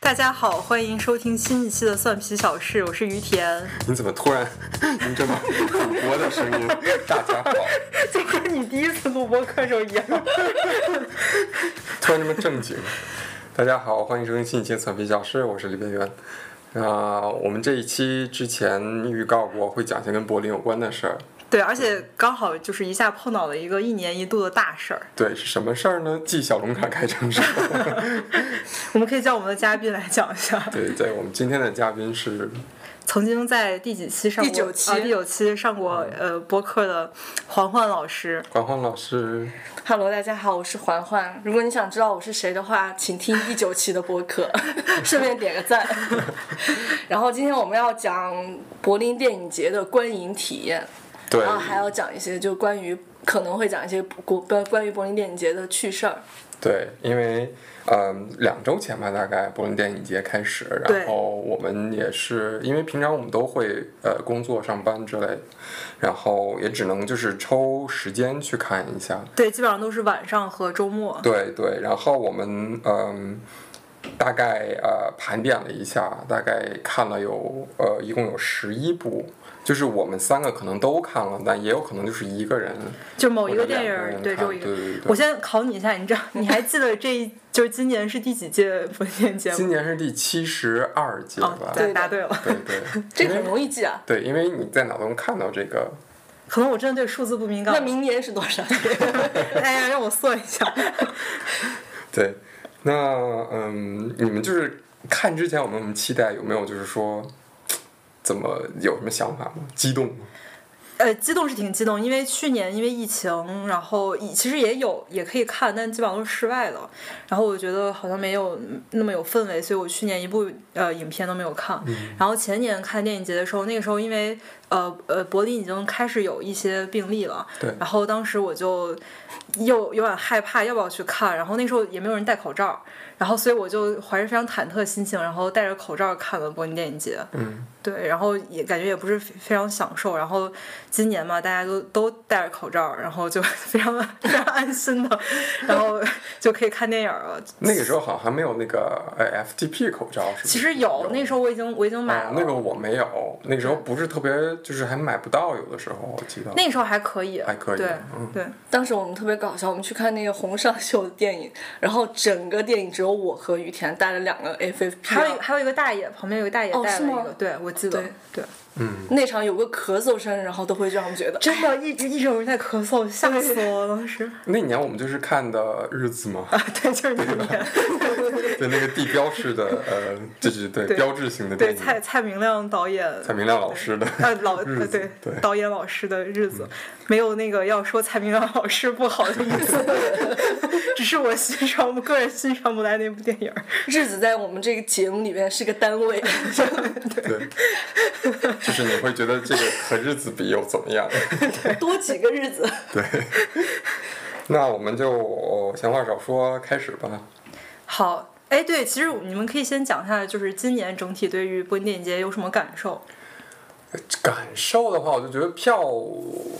大家好，欢迎收听新一期的《蒜皮小事》，我是于田。你怎么突然，你这么反驳的声音？大家好，就跟你第一次录播课时候一样。突然这么正经。大家好，欢迎收听新一期的《蒜皮小事》，我是李边缘。啊、我们这一期之前预告过会讲一些跟柏林有关的事儿，对，而且刚好就是一下碰到了一个一年一度的大事儿，对，是什么事儿呢？继小龙坎开城市。我们可以叫我们的嘉宾来讲一下。对，在我们今天的嘉宾是曾经在第几期上过？第九期啊第九期上过呃播客的黄焕老师。黄欢老师。 Hello，大家好，我是环环。如果你想知道我是谁的话，请听第九期的播客，顺便点个赞。 然后今天我们要讲柏林电影节的观影体验，对然后还要讲一些就关于可能会讲一些国关于柏林电影节的趣事儿。对，因为嗯，两周前吧，大概柏林电影节开始，对然后我们也是因为平常我们都会呃工作上班之类的，然后也只能就是抽时间去看一下。对，基本上都是晚上和周末。对对，然后我们嗯。大概呃盘点了一下，大概看了有呃一共有十一部，就是我们三个可能都看了，但也有可能就是一个人就某哦一或个者两电影个儿，人对，看就一对个。对对我先考你一下，你知道你还记得这一就是今年是第几届播电节今目？年是第七十二届哦吧？，对，的答对了。 对对， 这因为很容易记啊。对，因为你在脑中看到这个，可能我真的对数字不敏那感。明年是多少？ 哎呀，让我算一下。对，那嗯，你们就是看之前有没有什么期待？有没有就是说，怎么有什么想法吗？激动吗？呃，激动是挺激动，因为去年因为疫情，然后以其实也有也可以看，但基本上都是室外的。然后我觉得好像没有那么有氛围，所以我去年一部呃影片都没有看。然后前年看电影节的时候，那个时候因为呃呃柏林已经开始有一些病例了，对然后当时我就又有点害怕要不要去看，然后那时候也没有人戴口罩，然后所以我就怀着非常忐忑的心情，然后戴着口罩看了柏林电影节。嗯，对，然后也感觉也不是非非常享受。然后今年嘛，大家都都戴着口罩，然后就 非常非常安心的，然后就可以看电影了。那个时候好像还没有那个呃 FTP 口罩，是不是其实有，那时候我已经我已经买了啊，那个我没有，那个时候不是特别，就是还买不到，有的时候我记得。那时候还可以，还可以对、嗯对，当时我们特别搞笑，我们去看那个洪尚秀的电影，然后整个电影只有我和于田带了两个 FFP，还有一还有一个大爷，旁边有个大爷哦带是了一吗个，对我记得，对对，嗯，那场有个咳嗽声，然后都会让我们觉得真的，一直一直有人在咳 嗽，吓死我了，当 时。那年我们就是看的日子嘛， 啊对，就是那年，对那个地标式的呃，就是对对标志性的电对影，蔡蔡明亮导演，蔡明亮老师的， 呃，老 日呃子对对嗯导演老师的日子，没有那个要说蔡明亮老师不好的意 思，只是我欣赏不，个人欣赏不来那部电影儿。日子在我们这个节目里面是个单 位，对， 就是你会觉得这个和日子比又怎么样？多几个日子。 那我们就闲话少说，开始吧。好，哎，对，其实你们可以先讲一下，就是今年整体对于柏林电影节有什么感受？感受的话，我就觉得票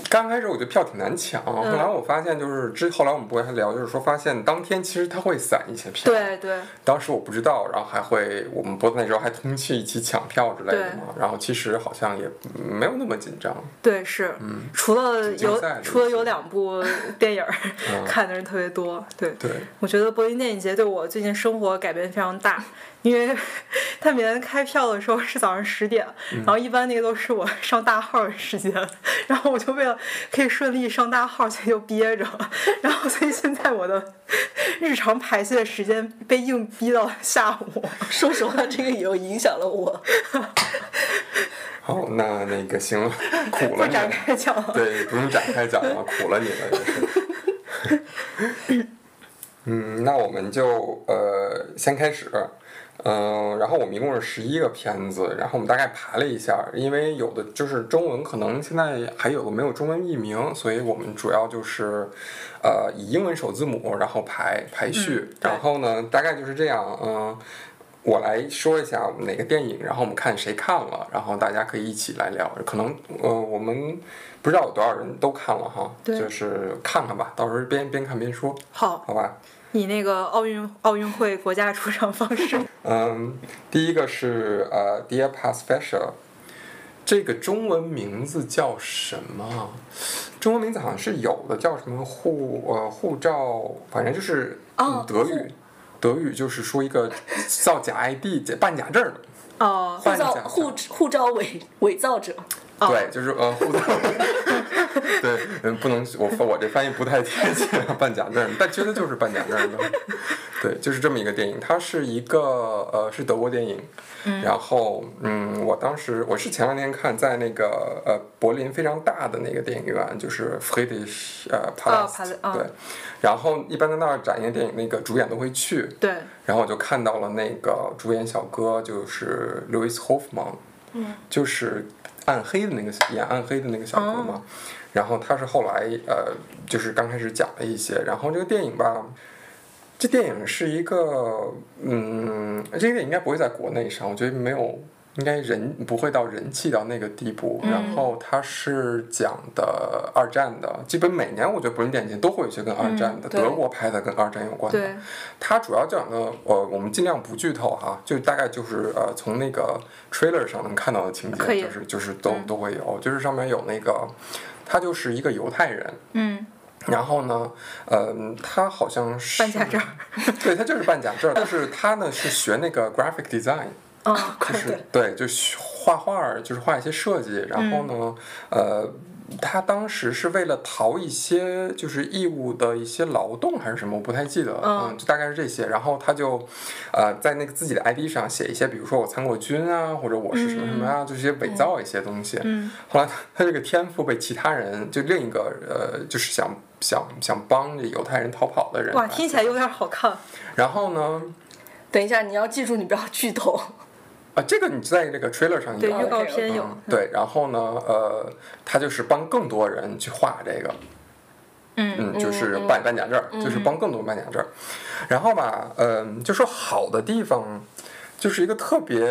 刚开始我觉得票挺难抢，嗯后来我发现就是之后来我们不会还聊，就是说发现当天其实它会散一些票，对对当时我不知道，然后还会我们播的那时候还通气一起抢票之类的嘛，然后其实好像也没有那么紧张，对是，嗯除了竞有赛这个除了有是两部电影儿看的人特别多，对嗯对。我觉得柏林电影节对我最近生活改变非常大，因为 他每天开票的时候是早上十点，然后一般那个都是我上大号的时间，然后我就为了可以顺利上大号，所以就憋着，然后所以现在我的日常排泄时间被硬逼到下午。说实话，这个也有影响了我。好，那那个 行了，苦了不你展了，开讲了， 对，不用展开讲了，苦了你了也是。嗯，那我们就呃先开始，嗯、然后我们一共是十一个片子，然后我们大概排了一下，因为有的就是中文可能现在还有的没有中文译名，所以我们主要就是呃以英文首字母然后排排序，嗯对然后呢大概就是这样，嗯、我来说一下我们哪个电影，然后我们看谁看了，然后大家可以一起来聊。可能呃，我们不知道有多少人都看了哈，对就是看看吧，到时候边边看边说，好，好吧？你那个奥运奥运会国家出场方式。嗯，第一个是呃，Dear Past Fashion，这个中文名字叫什么？中文名字好像是有的，叫什么护呃护照，反正就是嗯哦德语，德语就是说一个造假 ID 假办假证儿，哦护换一照下护护照伪伪造者，哦对，就是呃护照， 对，嗯，不能我我这翻译不太贴啊切，办假证儿，但觉得就是办假证儿的，对，就是这么一个电影，它是一个呃是德国电影，然后嗯，我当时我是前两天看在那个呃柏林非常大的那个电影院，就是 Friedrich 呃 Palast，、 Palast，对嗯，然后一般在那儿展映电影，那个主演都会去，对，然后我就看到了那个主演小哥，就是 Louis Hoffman，嗯，就是暗黑的那个演暗黑的那个小哥嘛。然后他是后来呃，就是刚开始讲了一些，然后这个电影吧，这电影是一个嗯，这个电影应该不会在国内上，我觉得没有。应该人不会到人气到那个地步，然后他是讲的二战的，基本每年我觉得柏林电影节都会有一些跟二战的，对德国拍的跟二战有关的，对它主要讲的，呃，我们尽量不剧透哈、就大概就是呃，从那个 trailer 上能看到的情可以嗯节，就是就是都、都会有，就是上面有那个，他就是一个犹太人，嗯，然后呢，嗯、他好像是办假证，对他就是办假证儿，但是他呢是学那个 graphic design，哦，就是对，就是画画儿，就是画一些设计。然后嗯呢，呃，他当时是为了逃一些就是义务的一些劳动还是什么，我不太记得，嗯嗯，就大概是这些。然后他就，呃，在那个自己的 ID 上写一些，比如说我参过军啊，或者我是什么什么啊，就这些伪造一些东西。嗯后来他他这个天赋被其他人，就另一个呃，就是想想想帮这犹太人逃跑的人哇，发听起来现有点好看。然后呢，等一下你要记住，你不要剧透。啊，这个你在那个 trailer 上对，有预告片 有，嗯，对，然后呢，呃，他就是帮更多人去画这个，嗯嗯，就是办办假证儿，就是帮更多人办假证儿。然后吧，嗯、就说好的地方，就是一个特别，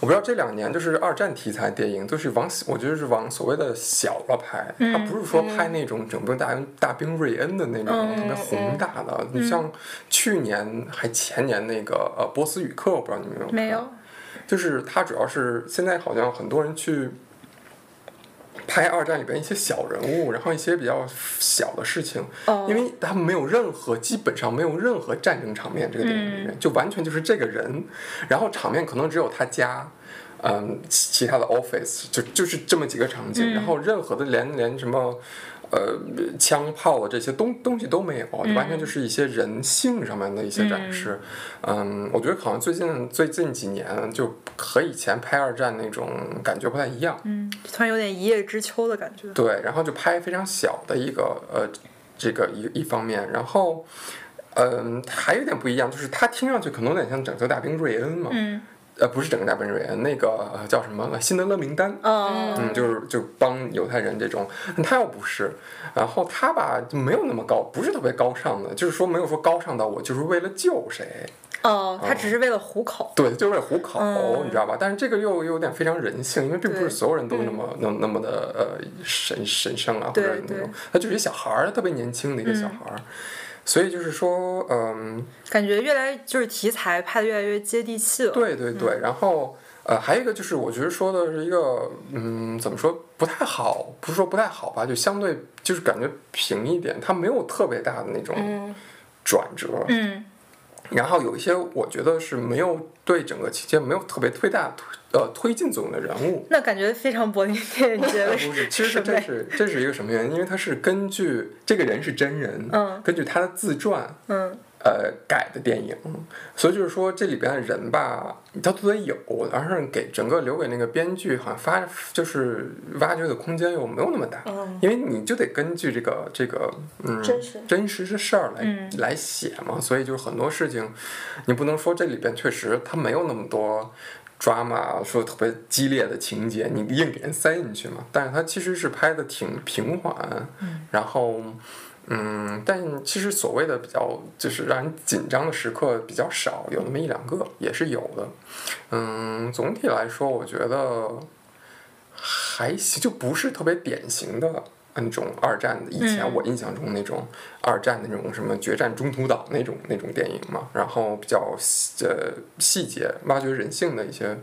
我不知道这两年就是二战题材电影，就是往我觉得是往所谓的小了拍，嗯它不是说拍那种整个大大兵瑞恩的那种、嗯特别宏大的。你像去年还前年那个呃波斯语课，我不知道你们有没有看没有，就是它主要是现在好像很多人去拍二战里边一些小人物，然后一些比较小的事情，哦因为他没有任何基本上没有任何战争场面，这个电影里面、就完全就是这个人，然后场面可能只有他家。嗯，其其他的 office 就就是这么几个场景，然后任何的连连什么，呃，枪炮啊这些东东西都没有，完全就是一些人性上面的一些展示。嗯，我觉得好像最近最近几年就和以前拍二战那种感觉不太一样。嗯，突然有点一叶知秋的感觉。对，然后就拍非常小的一个呃这个一一方面，然后嗯还有一点不一样，就是它听上去可能有点像《拯救大兵瑞恩》嘛，嗯，呃不是《拯救大兵瑞恩》，那个、呃叫什么《辛德勒名单》哦，嗯，就是就帮犹太人这种，嗯他又不是，然后他吧就没有那么高，不是特别高尚的，就是说没有说高尚到我就是为了救谁，嗯哦，他只是为了糊口。对，就是为了糊口，你知道吧？但是这个又又有点非常人性，因为并不嗯对嗯是所有人都那么那那么的呃神神圣啊，或者对那对嗯种，他就是一小孩儿，特别年轻的一个小孩儿，所以就是说，嗯，感觉越来就是题材拍的越来越接地气了。，对对嗯对，然后。呃，还有一个就是，我觉得说的是一个，嗯，怎么说不太好，不是说不太好吧，就相对就是感觉平一点，它没有特别大的那种转折，嗯然后有一些我觉得是没有对整个期间没有特别推大推呃推进作用的人物，那感觉非常柏林电影 节的不是，其实审这美。是这是一个什么原因？因为它是根据这个人是真人，嗯根据他的自传，嗯，呃改的电影，所以就是说这里边的人吧，他都得有，而是给整个留给那个编剧好像发就是挖掘的空间又没有那么大，因为你就得根据这个这个嗯真实真实的事儿来、嗯来写嘛，所以就是很多事情你不能说这里边确实它没有那么多。drama 说特别激烈的情节，你硬给人塞进去嘛，但是它其实是拍的挺平缓，然后嗯，但其实所谓的比较就是让人紧张的时刻比较少，有那么一两个也是有的。嗯，总体来说，我觉得还行，就不是特别典型的那种二战的，以前我印象中那种二战的那种什么决战中途岛那种那种电影嘛，然后比较细呃细节挖掘人性的一些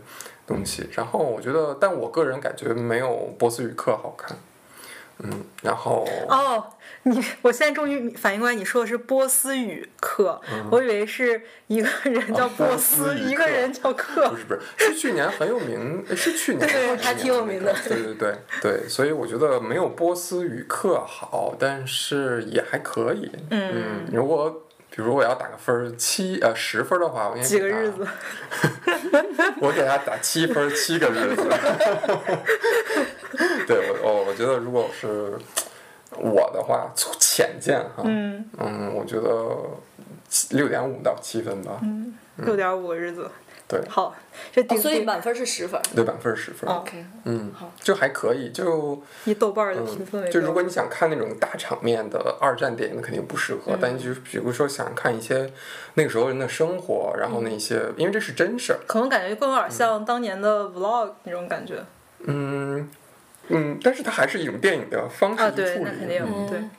东西，然后我觉得，但我个人感觉没有《波斯语课》好看，嗯，然后哦，你我现在终于反应过来，你说的是波斯语课，我以为是一个人叫嗯哦波波斯，斯语一课个人叫不克。是不是，是去年很有名，呃是去年对还是还挺有名的前年那个对对对对，所以我觉得没有波斯语课好，但是也还可以。嗯，如果比如我要打个分儿七呃十分儿的话，我应该几给个他日子， 我给他打七分儿七个日子。 对我哦我我觉得如果是我的话，粗浅见哈，嗯我觉得六点五到七分吧，嗯六点五个日子。对好，这顶、哦所以顶满分是十分。对满分十分，哦 OK，嗯好，就还可以，就以豆瓣儿的评分为嗯，标就准。如果你想看那种大场面的二战电影，那肯定不适嗯合。但就是比如说想看一些那个时候人的生活，然后嗯那些，因为这是真事儿，可能感觉更有点像当年的 vlog 那种感觉、嗯嗯，但是它还是一种电影的方式啊，去对，处那理。肯定、嗯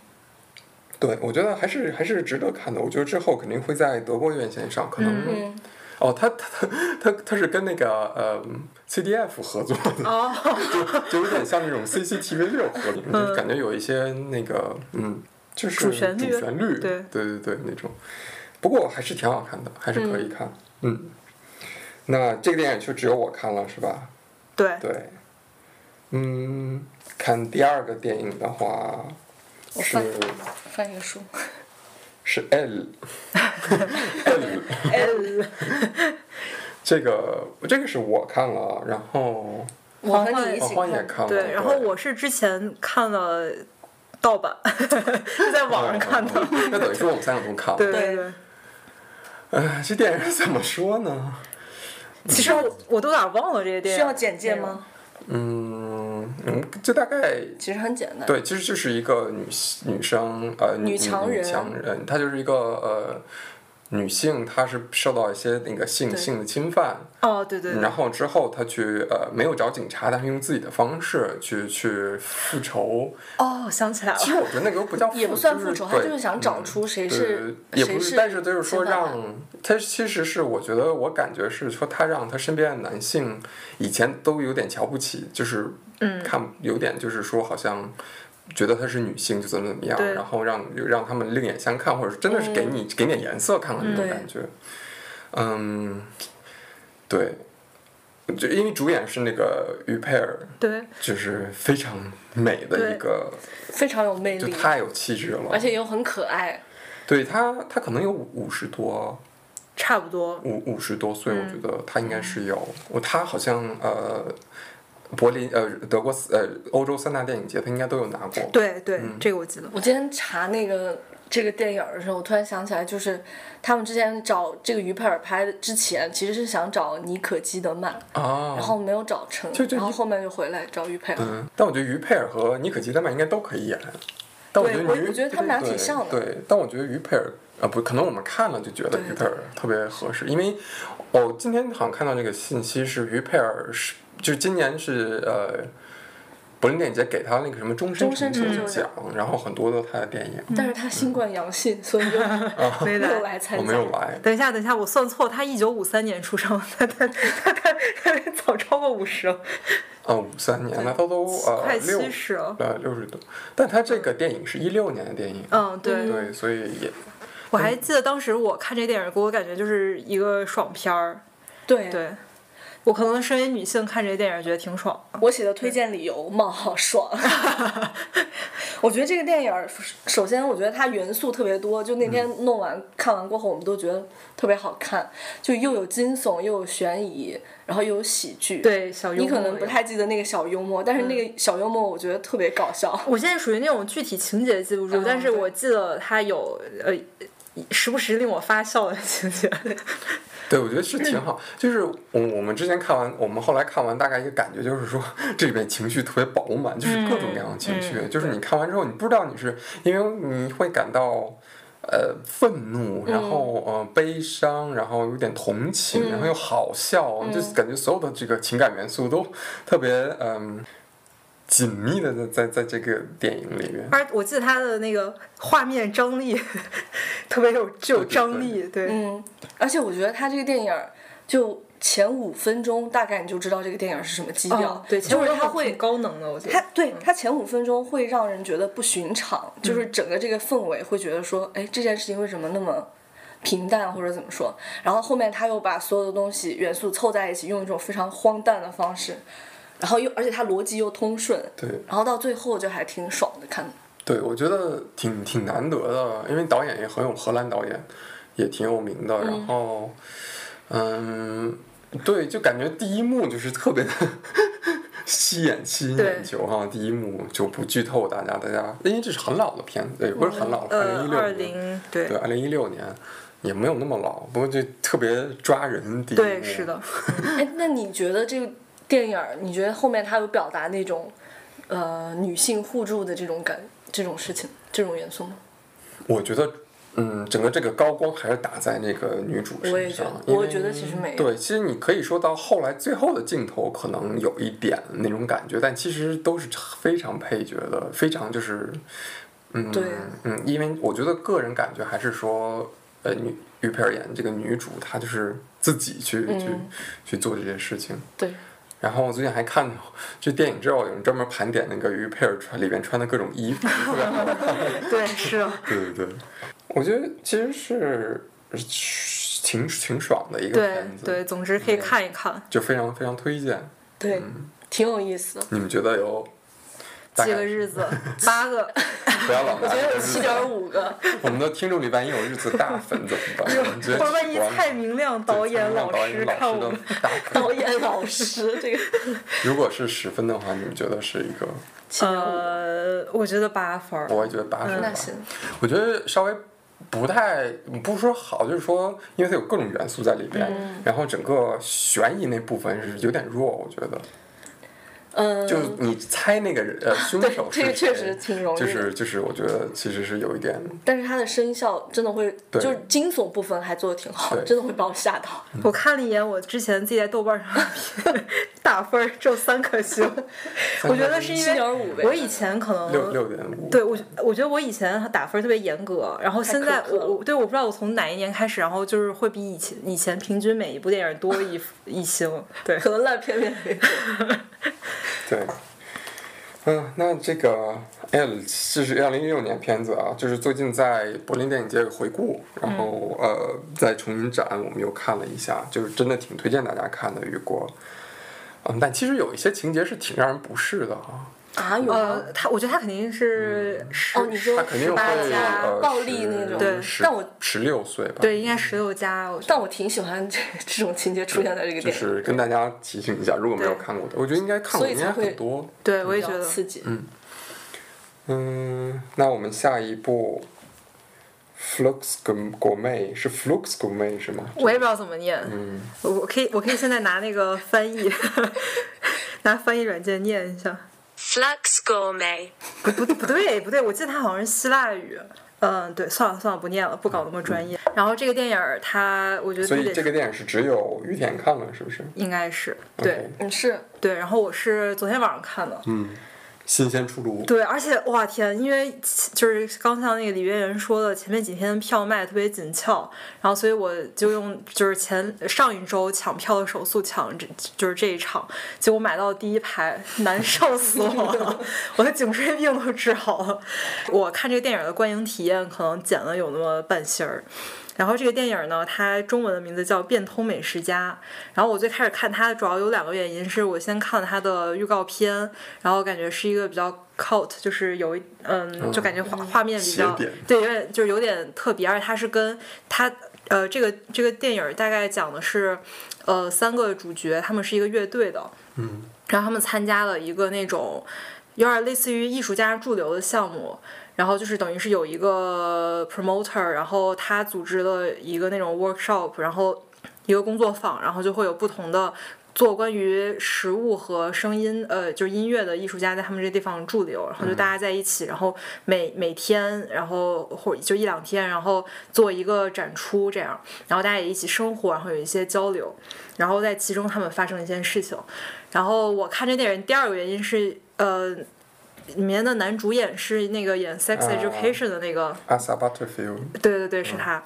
对。对，我觉得还是还是值得看的。我觉得之后肯定会在德国院线上，可能、嗯，哦，他他他他是跟那个呃 CDF 合作的，哦， 就有点像那种 CCTV 六合作，就感觉有一些那个嗯，就是嗯主旋律主旋律对对对对那种。不过还是挺好看的，还是可以看。嗯，那这个电影就只有我看了是吧？对，对，嗯，看第二个电影的话我是翻翻一个书，是 L L 哎，这个这个是我看了，啊然后我黄和你焕一哦起欢也看。看了，对，然后我是之前看了盗版， 是在网上看的。哦哦哦 那等于说我们三个都看了。对对对，哎，这电影怎么说呢？其实我我都有点忘了这些电影。需要简介吗？嗯嗯，这大概其实很简单。对，其实就是一个女女生呃女强人女强人，她就是一个呃女性，她是受到一些那个性对性的侵犯，没有？哦，对对对然，后之后她去呃没有找警察，但是用自己的方式去去复仇。哦，想起来了其，实我觉得那个又不叫复也不算复仇，他对嗯就是想找出谁是对，也谁不是，但是就是说侵犯让他其实是我觉得我感觉是说他让他身边的男性以前都有点瞧不起，就是嗯看有点就是说好像。觉得她是女性就怎么怎么样对，然后让让他们另眼相看，或者是真的是给你、给点颜色看看那种嗯感觉，嗯，对，就因为主演是那个于佩尔，对，就是非常美的一对个，非常有魅就力，太有气质了，而且又很可爱。对他，他可能有五五十多，差不多。五五十多岁，我觉嗯得他应该是有。我他好像呃，柏林呃德国四呃欧洲三大电影节，他应该都有拿过。对对，嗯这个我记得。我今天查那个这个电影儿的时候，我突然想起来，就是他们之前找这个于佩尔拍的之前，其实是想找妮可基德曼，啊然，后没有找成就，就然后后面就回来找于佩尔。嗯，但我觉得于佩尔和妮可基德曼应该都可以演。但我觉得对我于我觉得他们俩对挺像的对，但我觉得于佩尔啊，不，可能我们看了就觉得对于佩尔特别合适，因为我、今天好像看到这个信息是于佩尔是，就今年是呃。柏林电影节给他那个什么终身终身成成就嗯奖，然后很多的他的电影，但是他新冠阳性，所以就 没没来有来参我加。没有来，等一下，等一下，我算错，他一九五三年出生，他他他他他早超过五十了，啊，五三年，那他都呃快六七十了。呃六十多，但他这个电影是一六年的电影，嗯，对，对，所以也我还记得当时我看这电影，给我感觉就是一个爽片儿。对，对，我可能身为女性看这电影觉得挺爽。我写的推荐理由冒 号爽。我觉得这个电影儿，首先我觉得它元素特别多，就那天嗯弄完、看完过后，我们都觉得特别好看，就又有惊悚，又有悬疑，然后又有喜剧。，对，小幽默你嗯可能不也太记得那个小幽默，但是那个小幽默我觉得特别搞笑。 我现在属于那种具体情节记不住，嗯但是对我记得他有呃，时不时令我发笑的情节。对，我觉得是挺好。就是我我们之前看完，我们后来看完，大概一个感觉就是说，这里面情绪特别饱满，就是各种各样的情绪。就是你看完之后，你不知道你是因为你会感到。呃，愤怒，然后呃，悲伤，然后有点同情，然后又好笑，就是感觉所有的这个情感元素都特别嗯、紧密的在在在这个电影里面。而我记得他的那个画面张力 特别有具有对对张力，对嗯，而且我觉得他这个电影儿就前五分钟大概你就知道这个电影儿是什么基调，哦对，其实就是他他会。高能的，我觉他得。嗯对他前五分钟会让人觉得不寻常，就是整个这个氛围会觉得说，哎，这件事情为什么那么平淡或者怎么说？然后后面他又把所有的东西元素凑在一起，用一种非常荒诞的方式，然后又而且他逻辑又通顺，对然后到最后就还挺爽的看的。对，我觉得挺挺难得的，因为导演也很有荷兰导演，也挺有名的。然后，嗯，对，就感觉第一幕就是特别的 吸眼、吸引眼球哈。第一幕就不剧透大家，大家因为这是很老的片子，也不是很老了，二零呃一，二六年，零对对，二零一六年也没有那么老，不过就特别抓人。第一幕对是的，哎，那你觉得这个电影儿，你觉得后面它有表达那种呃女性互助的这种感、这种事情、这种元素吗？我觉得，嗯，整个这个高光还是打在那个女主身上。我也觉得因为我觉得其实没有对，其实你可以说到后来最后的镜头可能有一点那种感觉，但其实都是非常配角的，非常就是，嗯，对嗯，因为我觉得个人感觉还是说，呃，女于佩尔演这个女主她就是自己去、去嗯去做这些事情。对，然后我最近还看这电影之后，有人专门盘点那个于佩尔穿里边穿的各种衣服，特别好看。对是的，对对对，我觉得其实是是挺挺爽的一个对片子，对，总之可以看一看。就非常非常推荐。对，嗯挺有意思的。你们觉得有？大几概个是日 子，八个，不要 老拿我觉这个得有日七子点五个，我们的听众里万一有日子大粉怎么 办？或者万一蔡明亮导演老老师看 我的们，大粉， 导演老呃师这个如果是十分的话，你们觉得是一个？七点五，呃，我觉得八分儿。我也觉得八分吧那。行，我觉得稍微不太，不是说好，就是说，因为它有各种元素在里边，嗯然后整个悬疑那部分是有点弱，我觉得。嗯，就你猜那个人 呃凶对手是这谁，个确实挺容易就的是就是，我觉得其实是有一点，但是它的声效真的会，对就是惊悚部分还做的挺好，对真的会把我吓到。我看了一眼我之前自己在豆瓣上的评打分儿，只有三颗星。我觉得是因7.5为呗我以前可嗯六能。六点五，对我，我觉得我以前打分儿特别严格，然后现在太苛刻我了我对我不知道我从哪一年开始，然后就是会比以前以前平均每一部电影多 一一星，对可能烂片面 没做对，嗯，那这个哎，这是二零一六年片子啊，就是最近在柏林电影节有回顾，然后、嗯呃，在重影展我们又看了一下，就是真的挺推荐大家看的《雨果》，嗯，但其实有一些情节是挺让人不适的啊，啊，有吗呃，他我觉得他肯定是十、哦，你说嗯他肯定会18加呃暴力那种，对十但我十六岁吧，对，应该十六加，我觉得但我挺喜欢这这种情节出现在这个就电影，是跟大家提醒一下，如果没有对看过的，我觉得应该看过所以应才该会很多。对我比也较觉得刺激。嗯，那我们下一步，Flux 跟果妹是 Flux 果妹是吗？我也不知道怎么念，嗯我我可以我可以现在拿那个翻译， 拿翻译软件念一下。 Flux Gourmet. 不不不对不对，我记得它好像是希腊语。嗯，对，算了算了，不念了，不搞那么专业。然后这个电影儿，它我觉得所就以得这个电影是只有于田看了，是不是？应该是对 OK，嗯，是对。然后我是昨天晚上看的，新鲜出炉。对，而且哇天，因为其就是刚像那个李渊源说的，前面几天票卖特别紧俏，然后所以我就用就是前上一周抢票的手速抢这就是这一场，结果买到第一排，难受死我了， 我的颈椎病都治好了。我看这个电影的观影体验可能减了有那么半星儿。然后这个电影呢，它中文的名字叫《变通美食家》。然后我最开始看它的主要有两个原因，是我先看了它的预告片，然后感觉是一个比较 cult，就是有一嗯，就感觉画画面比较斜点对，有点就是有点特别，而且它是跟它呃这个这个电影大概讲的是呃三个主角，他们是一个乐队的，然后他们参加了一个那种有点类似于艺术家驻留的项目，然后就是等于是有一个 promoter，然后他组织了一个那种 workshop，然后一个工作坊，然后就会有不同的。做关于食物和声音，呃，就是音乐的艺术家在他们这地方驻留，然后就大嗯家在一起，然后每每天，然后或者就一两天，然后做一个展出这样，然后大家也一起生活，然后有一些交流，然后在其中他们发生一件事情，然后我看这电影第二个原因是，呃，里面的男主演是那个演《Sex 啊 Education》的那个。 Asa Butterfield，对对嗯对，是他。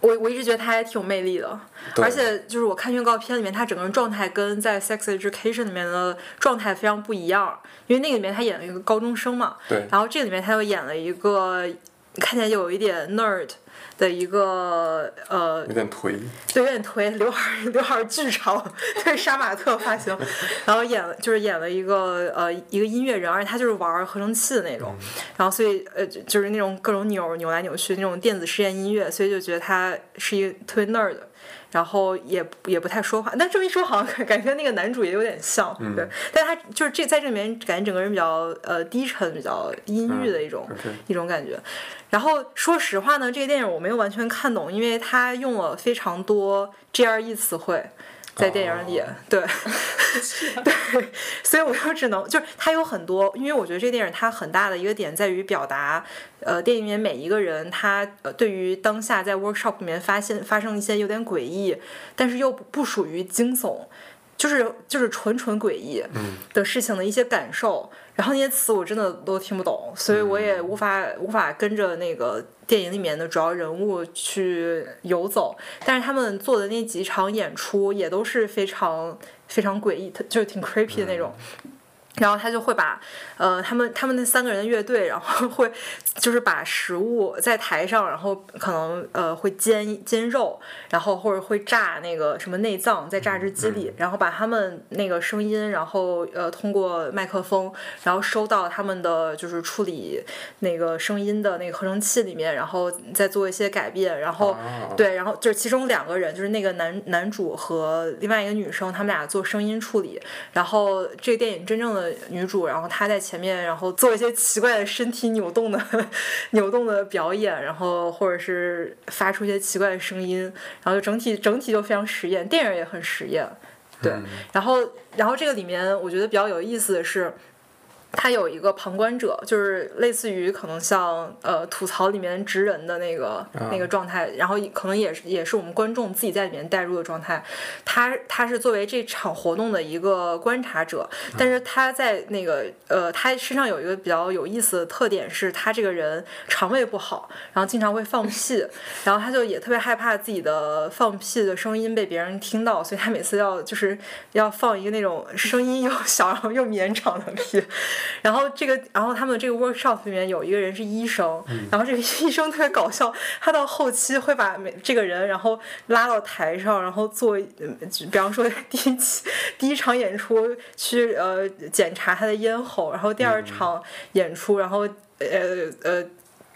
我我一直觉得他还挺有魅力的，对而且就是我看预告片里面，他整个人状态跟在《Sex Education》里面的状态非常不一样，因为那个里面他演了一个高中生嘛，对然后这里面他又演了一个看起来有一点 nerd 的一个呃有点颓，对，有点颓，刘海儿刘海儿巨长，对，杀马特发型，然后演了就是演了一个呃一个音乐人，而且他就是玩合成器的那种，然后所以呃就就是那种各种扭扭来扭去那种电子实验音乐，所以就觉得他是一个特别 nerd 的。然后也不也不太说话，但这么一说好像感感觉跟那个男主也有点像，对，但他就是这在这里面感觉整个人比较呃低沉，比较阴郁的一种、 OK 一种感觉。然后说实话呢，这个电影我没有完全看懂，因为它用了非常多 GRE 词汇。在电影里哦对， 对，所以我就只能就是它有很多，因为我觉得这电影它很大的一个点在于表达，呃，电影里面每一个人他呃对于当下在 workshop 里面发现发生一些有点诡异，但是又不不属于惊悚，就是就是纯纯诡异的事情的一些感受，然后那些词我真的都听不懂，所以我也无法无法跟着那个电影里面的主要人物去游走，但是他们做的那几场演出也都是非常非常诡异，就是挺 creepy 的那种。然后他就会把，呃，他们他们那三个人的乐队，然后会就是把食物在台上，然后可能呃会煎煎肉，然后或者会炸那个什么内脏在榨汁机里，然后把他们那个声音，然后呃通过麦克风，然后收到他们的就是处理那个声音的那个合成器里面，然后再做一些改变，然后、啊对，然后就是其中两个人，就是那个男男主和另外一个女生，他们俩做声音处理。然后这个电影真正的女主，然后她在前面，然后做一些奇怪的身体扭动的 扭动的表演，然后或者是发出一些奇怪的声音，然后就整体整体就非常实验，电影也很实验。对，然后然后这个里面我觉得比较有意思的是。他有一个旁观者，就是类似于可能像呃吐槽里面直人的那个、那个状态，然后可能也是也是我们观众自己在里面带入的状态。他他是作为这场活动的一个观察者，但是他在那个呃他身上有一个比较有意思的特点是，他这个人肠胃不好，然后经常会放屁，然后他就也特别害怕自己的放屁的声音被别人听到，所以他每次要就是要放一个那种声音又小然后又绵长的屁。然后这个，然后他们这个 workshop 里面有一个人是医生，然后这个 医生特别搞笑，他到后期会把每这个人然后拉到台上，然后做，嗯比方说 第一期第一场演出去呃检查他的咽喉，然后第二场演出，然后呃呃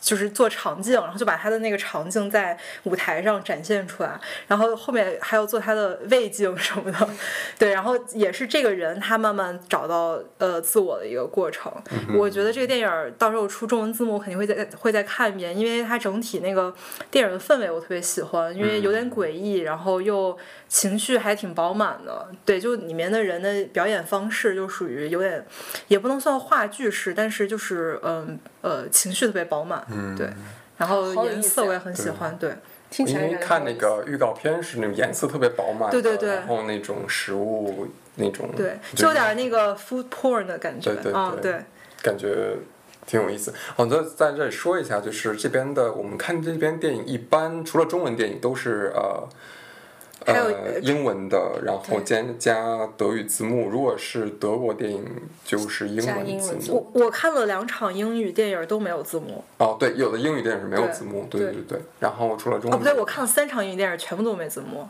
就是做场景，然后就把他的那个场景在舞台上展现出来，然后后面还有做他的胃镜什么的， 对，然后也是这个人他慢慢找到呃自我的一个过程。我觉得这个电影儿到时候出中文字幕肯定会再会再看一遍，因为它整体那个电影的氛围我特别喜欢，因为有点诡异，然后又情绪还挺饱满的。对，就里面的人的表演方式就属于有点，也不能算话剧式，但是就是嗯呃情绪特别饱满，嗯对。然后好有颜意色思我也啊很喜欢，对听起因来为感觉看那个预告片是那种颜色特别饱满的，对对对然后那种食物那种，对，就有点那个 food porn 的感觉对对啊，对对，感觉挺有意思。我再在这里说一下，就是这边的我们看这边电影，一般除了中文电影都是呃。还有呃，英文的，然后对加加德语字幕。如果是德国电影，就是英加文英文字字幕幕。我我看了两场英语电影都没有字幕，哦，对，有的英语电影是没有对字幕。对对对对。然后除了中哦文，不对，我看了三场英语电影全部都没字幕，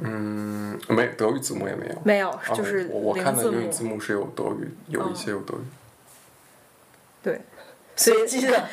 嗯，没有德语字幕也没有。没有，哦就是我我看零的字英幕语，字幕是有德语，有哦一些有德语。对， 所随以机的，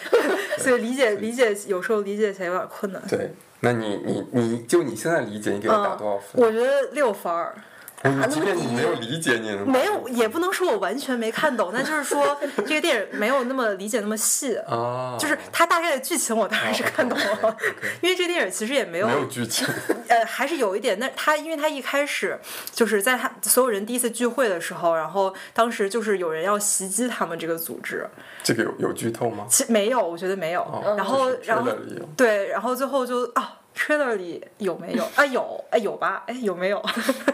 所以理解理解有时候理解起来有点困难。嗯对，那你你你就你现在理解，你给他打多少分？我觉得六分儿，你即便你没有理解，你也能没有，也不能说我完全没看懂，但就是说这个电影没有那么理解那么细，啊，哦就是它大概的剧情我当然是看懂了， 因为这电影其实也没有没有剧情，呃，还是有一点。那他，因为他一开始就是在他所有人第一次聚会的时候，然后当时就是有人要袭击他们这个组织，这个有有剧透吗？其实没有，我觉得没有。哦嗯然后是，然后 trailer 里有对，然后最后就啊。trailer 里有没有？啊有，哎有吧？哎有没有？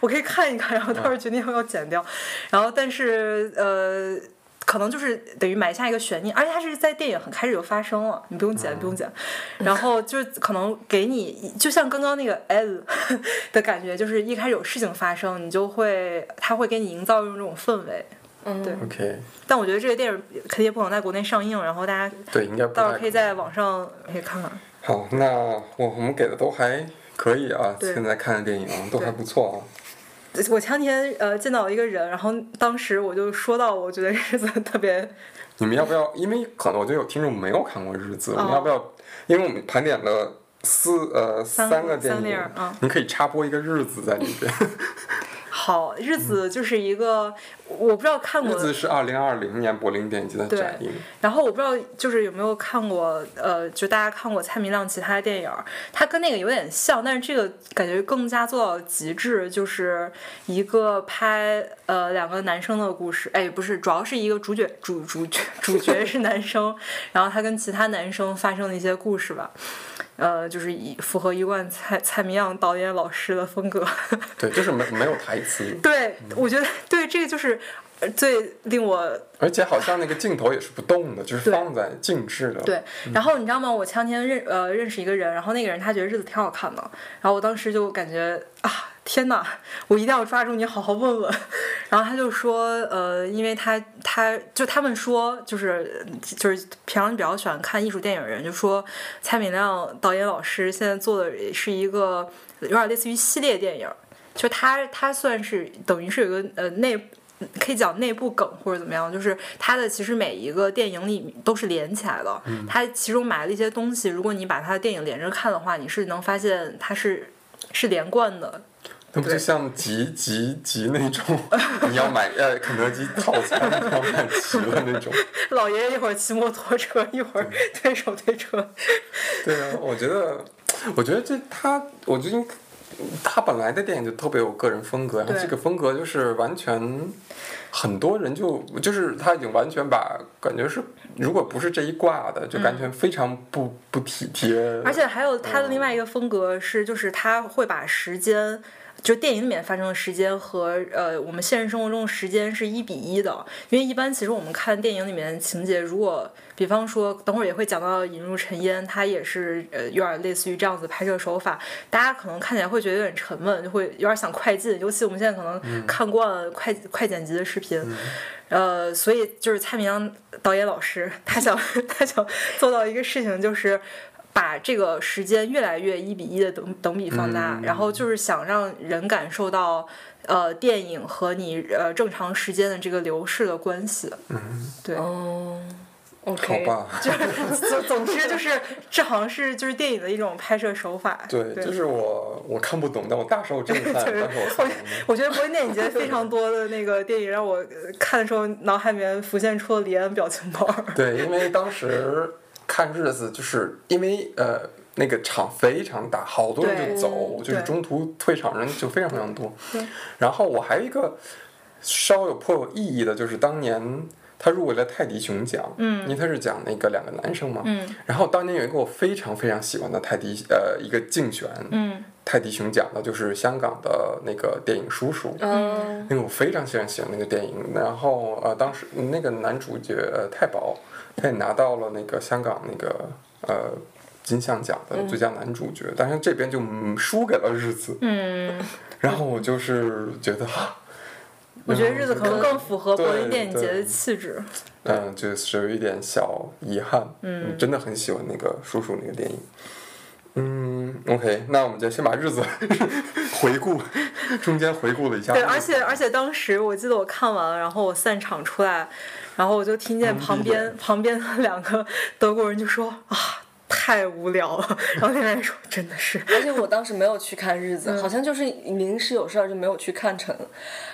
我可以看一看，然后到时候决定要不要剪掉。然后但是呃，可能就是等于埋下一个悬念，而且它是在电影很开始就发生了，你不用剪，不用剪。然后就是可能给你，就像刚刚那个 L 的感觉，就是一开始有事情发生，你就会他会给你营造一种氛围。嗯，对 OK，但我觉得这个电影肯定也不能在国内上映，然后大家对，应该不到时太候可以在网上可以看看。好，那我我们给的都还可以啊，对现在看的电影都还对不错啊。我前两天呃见到一个人，然后当时我就说到，我觉得日子特别你们要不要？因为可能我觉得有听众没有看过《日子》我们哦要不要？因为我们盘点了四呃三三个个电三影电影嗯，你可以插播一个《日子》在里边。好。日子就是一个，我不知道看嗯 《日过，子》是二零二零年柏林电影节的嗯对展映，然后我不知道就是有没有看过，呃，就大家看过蔡明亮其他的电影儿，它跟那个有点像，但是这个感觉更加做到极致，就是一个拍呃两个男生的故事，哎，不是，主要是一个主角主主角主角是男生，然后他跟其他男生发生的一些故事吧。呃，就是以符合一贯蔡蔡明亮导演老师的风格， 对，就是没没有台词，对我觉得对这个就是呃最令我而且好像那个镜头也是不动的，就是对放在静置的。对，然后你知道吗？我前两天认呃认识一个人，然后那个人他觉得日子挺好看的，然后我当时就感觉啊，天哪，我一定要抓住你好好问 问。然后他就说，呃，因为他他就他们说就是就是平常比较喜欢看艺术电影的人，就说蔡明亮导演老师现在做的是一个有点类似于系列电影，就他他算是等于是有个呃内。可以讲内部梗或者怎么样，就是它的其实每一个电影里都是连起来的，它其中埋了一些东西。如果你把它的电影连着看的话，你是能发现它是是连贯的。那不就像集集集那种， 你要买呃肯德基套餐，然后买齐了那 种。老爷爷一会儿骑摩托车，一会儿推手推车，对啊，我觉得，我觉得这他，我最近他本来的电影就特别有个人风格，然后对这个风格就是完全很多人就就是他已经完全把感觉是，如果不是这一挂的，就完全非常不、不体贴。嗯而且还有它的另外一个风格是，就是它会把时间。就电影里面发生的时间和呃我们现实生活中的时间是一比一的，因为一般其实我们看电影里面的情节，如果比方说等会儿也会讲到《引入尘烟》，它也是呃有点类似于这样子拍摄手法，大家可能看起来会觉得有点沉闷，就会有点想快进，尤其我们现在可能看惯了快、快剪辑的视频，呃，所以就是蔡明亮导演老师，他想 他想做到一个事情，就是把这个时间越来越一比一的等等比放大，嗯然后就是想让人感受到呃电影和你呃正常时间的这个流逝的关系。嗯对，哦好，OK，吧， 总总之就是这好像是就是电影的一种拍摄手法。对，对就是我我看不懂，但我大受震 撼，对大受我感动我觉得柏林电影节非常多的那个电影让我呃看的时候，脑海里面浮现出了李安表情包。对，因为当时看日子，就是因为呃那个场非常大，好多人就对走，就是对中途退场人就非常非常多对。 然后我还有一个稍有颇有意义的，就是当年。他入围了泰迪熊奖，嗯，因为他是讲那个两个男生嘛，嗯，然后当年有一个我非常非常喜欢的泰迪，呃，一个竞选，嗯，泰迪熊奖的就是香港的那个电影叔叔，嗯，那个我非常非常喜欢那个电影，然后呃，当时那个男主角呃太保，他也拿到了那个香港那个呃金像奖的最佳男主角，但是这边就嗯输给了日子，嗯， 然后我就是觉得，啊我觉得日子可能更符合柏林对电影节对的气质。嗯、就是有一点小遗憾，嗯，真的很喜欢那个叔叔那个电影。嗯，OK，那我们就先把日子 回顾，中间回顾了一下日对，子。而且而且当时我记得我看完了，然后我散场出来，然后我就听见懵逼旁边旁边的两个德国人就说啊。太无聊了。然后那边人说真的 是，而且我当时没有去看日嗯子，好像就是临时有事儿就没有去看成。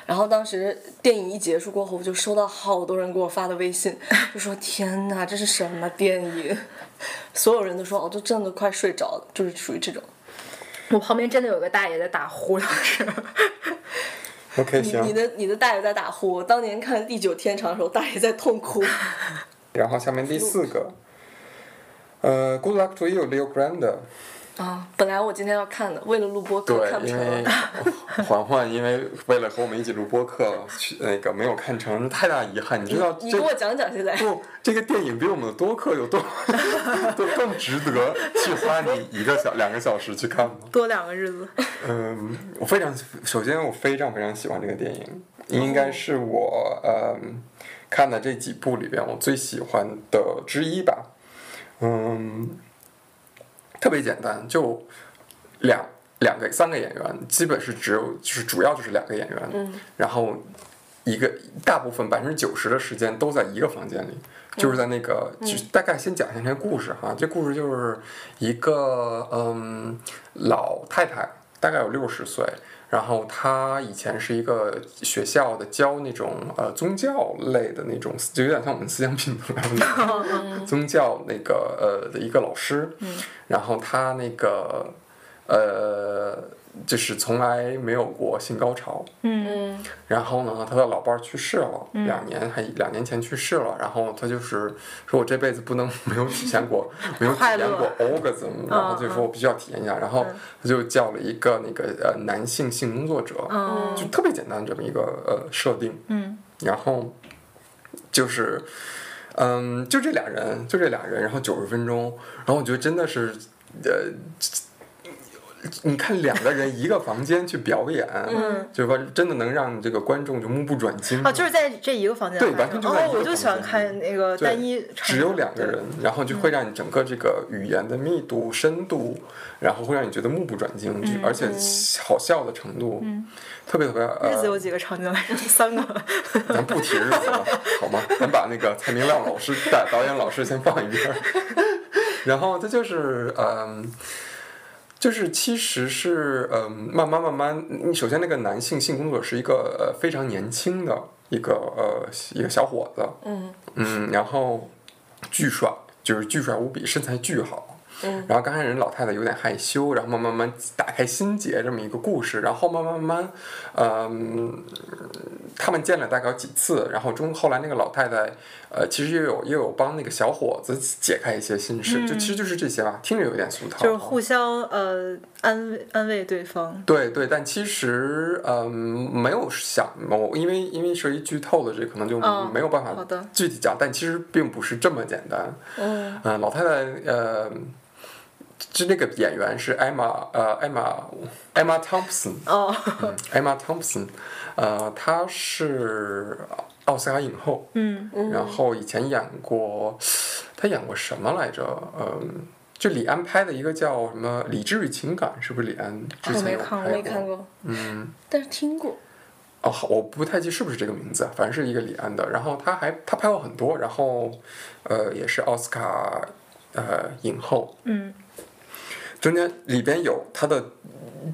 然后当时电影一结束过后，我就收到好多人给我发的 微信，就说：“天哪，这是什么电影？”所有人都说：“哦，都真的快睡着了。”就是属于这种。我旁边真的有个大爷在打呼，当时 OK，你你行。的你的大爷在打呼，我当年看《地久天长》的时候，大爷在 痛哭。然后下面第四个，呃，Good luck to you, Leo Grande。啊，本来我今天要看的，为了录播课看不对，因成为哦了。 环环因为为了和我们一起录播课，去那个没有看成，太大遗憾。你知道你这给我讲讲现在。不，这个电影比我们的多课有多 都更值得去花你一个小两个小时去看吗？ 多两个日子。嗯，我非常，首先我非常非常喜欢这个电影，应该是我嗯看的这几部里边我最喜欢的之一吧。嗯，特别简单，就两两个三个演员，基本是只有就是主要就是两个演员，然后一个大部分百分之九十的时间都在一个房间里，就是在那个，就是大概先讲一下这故事哈。这故事就是一个嗯老太太，大概有六十岁，然后她以前是一个学校的教那种呃宗教类的那种，就有点像我们思想品德那种宗教那个呃的一个老师，嗯然后她那个呃就是从来没有过性高潮，嗯然后呢，他的老伴儿去世了，嗯两年还两年前去世了。然后他就是说我这辈子不能没有体 验过，没有体快乐嗯验过 orgasm，然后就说我必须要体验一下。然后他就叫了一个那个呃男性性工作者，嗯就特别简单这么一个呃设定。嗯然后就是，嗯，就这俩人，就这俩人，然后九十分钟，然后我觉得真的是，呃，你看两个人一个房间去表演，嗯就完真的能让这个观众就目不转睛。啊，就是在这一个房间对发完生全就在哦一，个我就喜欢房间看那个对单一场景，只有两个人，然后就会让你整个这个语言的密度、嗯深度，然后会让你觉得目不转睛，就而且好笑的程度，特别特别。对。呃嗯日子有几个场景来着？ 三 个。咱不提日子了，好吗？咱把那个蔡明亮老师、导导演老师先放一边儿。 然后这就是，嗯，就是其实是，嗯，慢慢慢慢，你首先那个男性性工作者是一个呃非常年轻的一个呃一个小伙子，嗯嗯，然后巨帅，就是巨帅无比，身材巨好。嗯然后刚开始人老太太有点害羞，然后慢慢慢慢打开心结这么一个故事，然后慢慢慢慢，嗯，他们见了大概有几次，然后中后来那个老太太，呃，其实也有也有帮那个小伙子解开一些心事，就其实就是这些吧，听着有点俗套，就是互相呃安慰安慰对方。对对，但其实嗯没有想我，因为因为涉及剧透的这可能就嗯没有办好法的哦具体讲，但其实并不是这么简单。嗯嗯，老太太呃，就那个演员是艾玛呃艾玛艾玛汤普森，哦， 艾玛汤普森，嗯呃，她是奥斯卡影后，嗯然后以前演过，她演过什么来着？嗯。就李安拍的一个叫什么《理智与情感》，是不是李安我之前哦没有看拍过没看过，嗯，但是听过。哦，好我不太记是不是这个名字，啊反正是一个李安的。然后他还他拍过很多，然后呃也是奥斯卡呃影后。嗯，中间里边有他的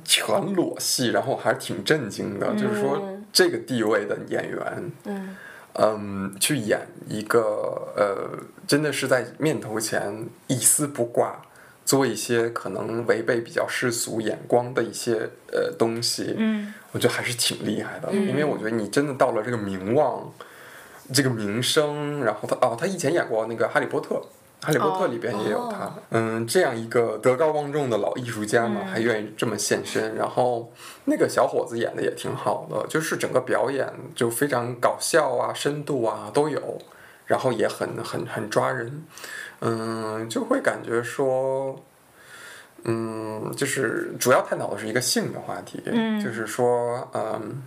全裸戏，然后还是挺震惊的，就是嗯说这个地位的演员，嗯嗯，去演一个呃，真的是在面头前一丝不挂，做一些可能违背比较世俗眼光的一些呃东西，嗯，我觉得还是挺厉害的，因为我觉得你真的到了这个名望，这个名声，然后他哦，他以前演过那个《哈利波特》。《哈利波特》里边也有他，哦嗯，这样一个德高望重的老艺术家嘛，还愿意这么献身。然后那个小伙子演的也挺好的，就是整个表演就非常搞笑啊、深度啊都有，然后也很很很抓人，嗯，就会感觉说，嗯，就是主要探讨的是一个性的话题，就是说，嗯，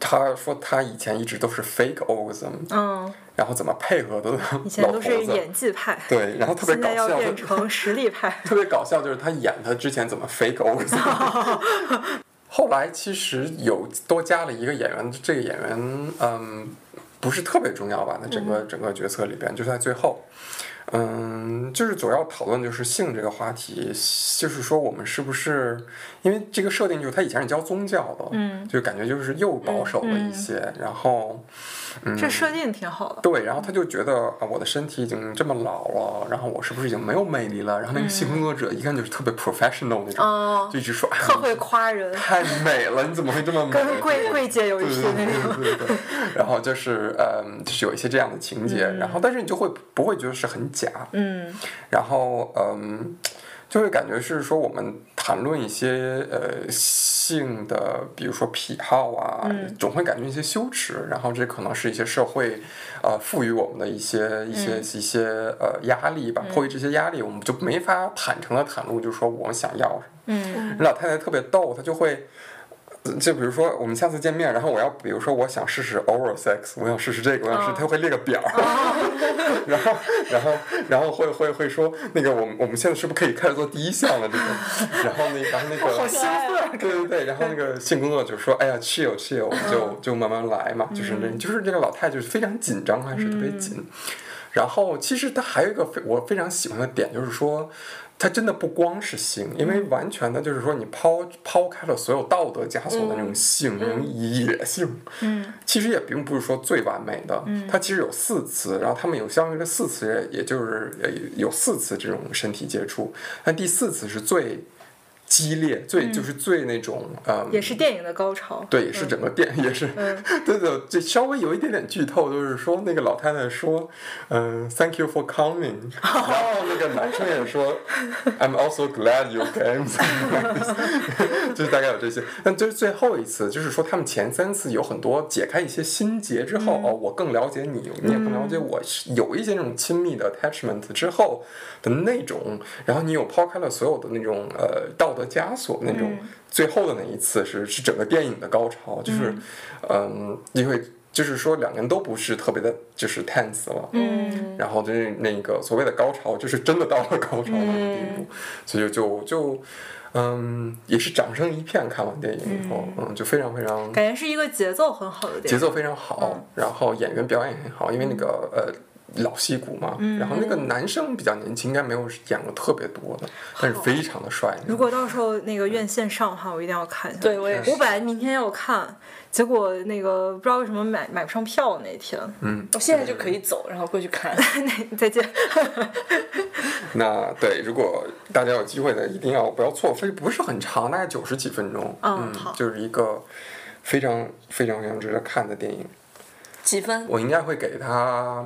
他说他以前一直都是 fake orgasm，嗯，然后怎么配合的以老前头都子，是演技派，对，然后特别现搞在要笑，变就成实力派 。特别搞笑就是他演他之前怎么 fake orgasm，后来其实有多加了一个演员，这个演员嗯不是特别重要吧，那整个整个决策里边就是在最后。嗯，就是主要讨论就是性这个话题，就是说我们是不是因为这个设定就是它以前是教宗教的，嗯就感觉就是又保守了一些，然后嗯，这设定挺好的。对，然后他就觉得啊，我的身体已经这么老了，然后我是不是已经没有魅力了？然后那个性工作者一看就是特别 professional 那种，嗯哦就一直说哎呀，特会你夸人，太美了，你怎么会 这么美？跟贵贵姐有一对拼对那种。对对对对。然后就是嗯，就是有一些这样的情节，然后但是你就会不会觉得是很假，嗯然后嗯，就会感觉是说我们谈论一些呃性的，比如说癖好啊，总会感觉一些羞耻，然后这可能是一些社会呃赋予我们的一些一些、一些呃压力吧。迫于这些压力，我们就没法坦诚的袒露，就是说我想要什么。嗯老太太特别逗，她就会。就比如说，我们下次见面，然后我要，比如说，我想试试 oral sex，我想试试这个，我想试，她会列个表， 然后，然后，然后会会会说，那个我们我们现在是不是可以开始做第一项了？这个，然后那然后那个，好兴奋，对对对，然后那个性工作者说：“哎呀，chill chill，我们就就慢慢来嘛。”就是那，就是这个老太就是非常紧张，啊还是特别紧。然后其实她还有一个非我非常喜欢的点，就是说，她真的不光是性，因为完全的就是说，你抛抛开了所有道德枷锁的那种性，那种野性，嗯其实也并不是说最完美的。它其实有四次，然后他们有相应的四次，也就是呃有四次这种身体接触，但第四次是最。激烈，最就是最那种，嗯，也是嗯电影的高潮。对，也是整个店，也是， 对对，这稍微有一点点剧透，就是说那个老太太说，嗯、t h a n k you for coming，然后那个男生也说，I'm also glad you came，就是大概有这些。但就是最后一次，就是说他们前三次有很多解开一些心结之后，哦，我更了解你，你也更了解我，是有一些那种亲密的 attachment 之后的那种，然后你有抛开了所有的那种呃道德枷锁那种。最后的那一次是是整个电影的高潮，就是，嗯，因为就是说两个人都不是特别的，就是 tense 了，嗯然后就是那个所谓的高潮，就是真的到了高潮那种地步，嗯所以就就嗯，也是掌声一片。看完电影以后，嗯就非常非常感嗯觉是一个节奏很好的电节影。奏非常好，然后演员表演也很好，因为那个嗯呃老戏骨嘛，然后那个男生比较年轻，应该没有演过特别多的，但是非常的帅。如果到时候那个院线上的话，我一定要看一下。对我也是我本来明天要看，结果那个不知道为什么买买不上票那天。我现在就可以走，然后过去看。那再见。那对，如果大家有机会的，一定要不要错过，这不是很长，大概九十几分钟，嗯嗯好，就是一个非常非常非常值得看的电影。几分？我应该会给他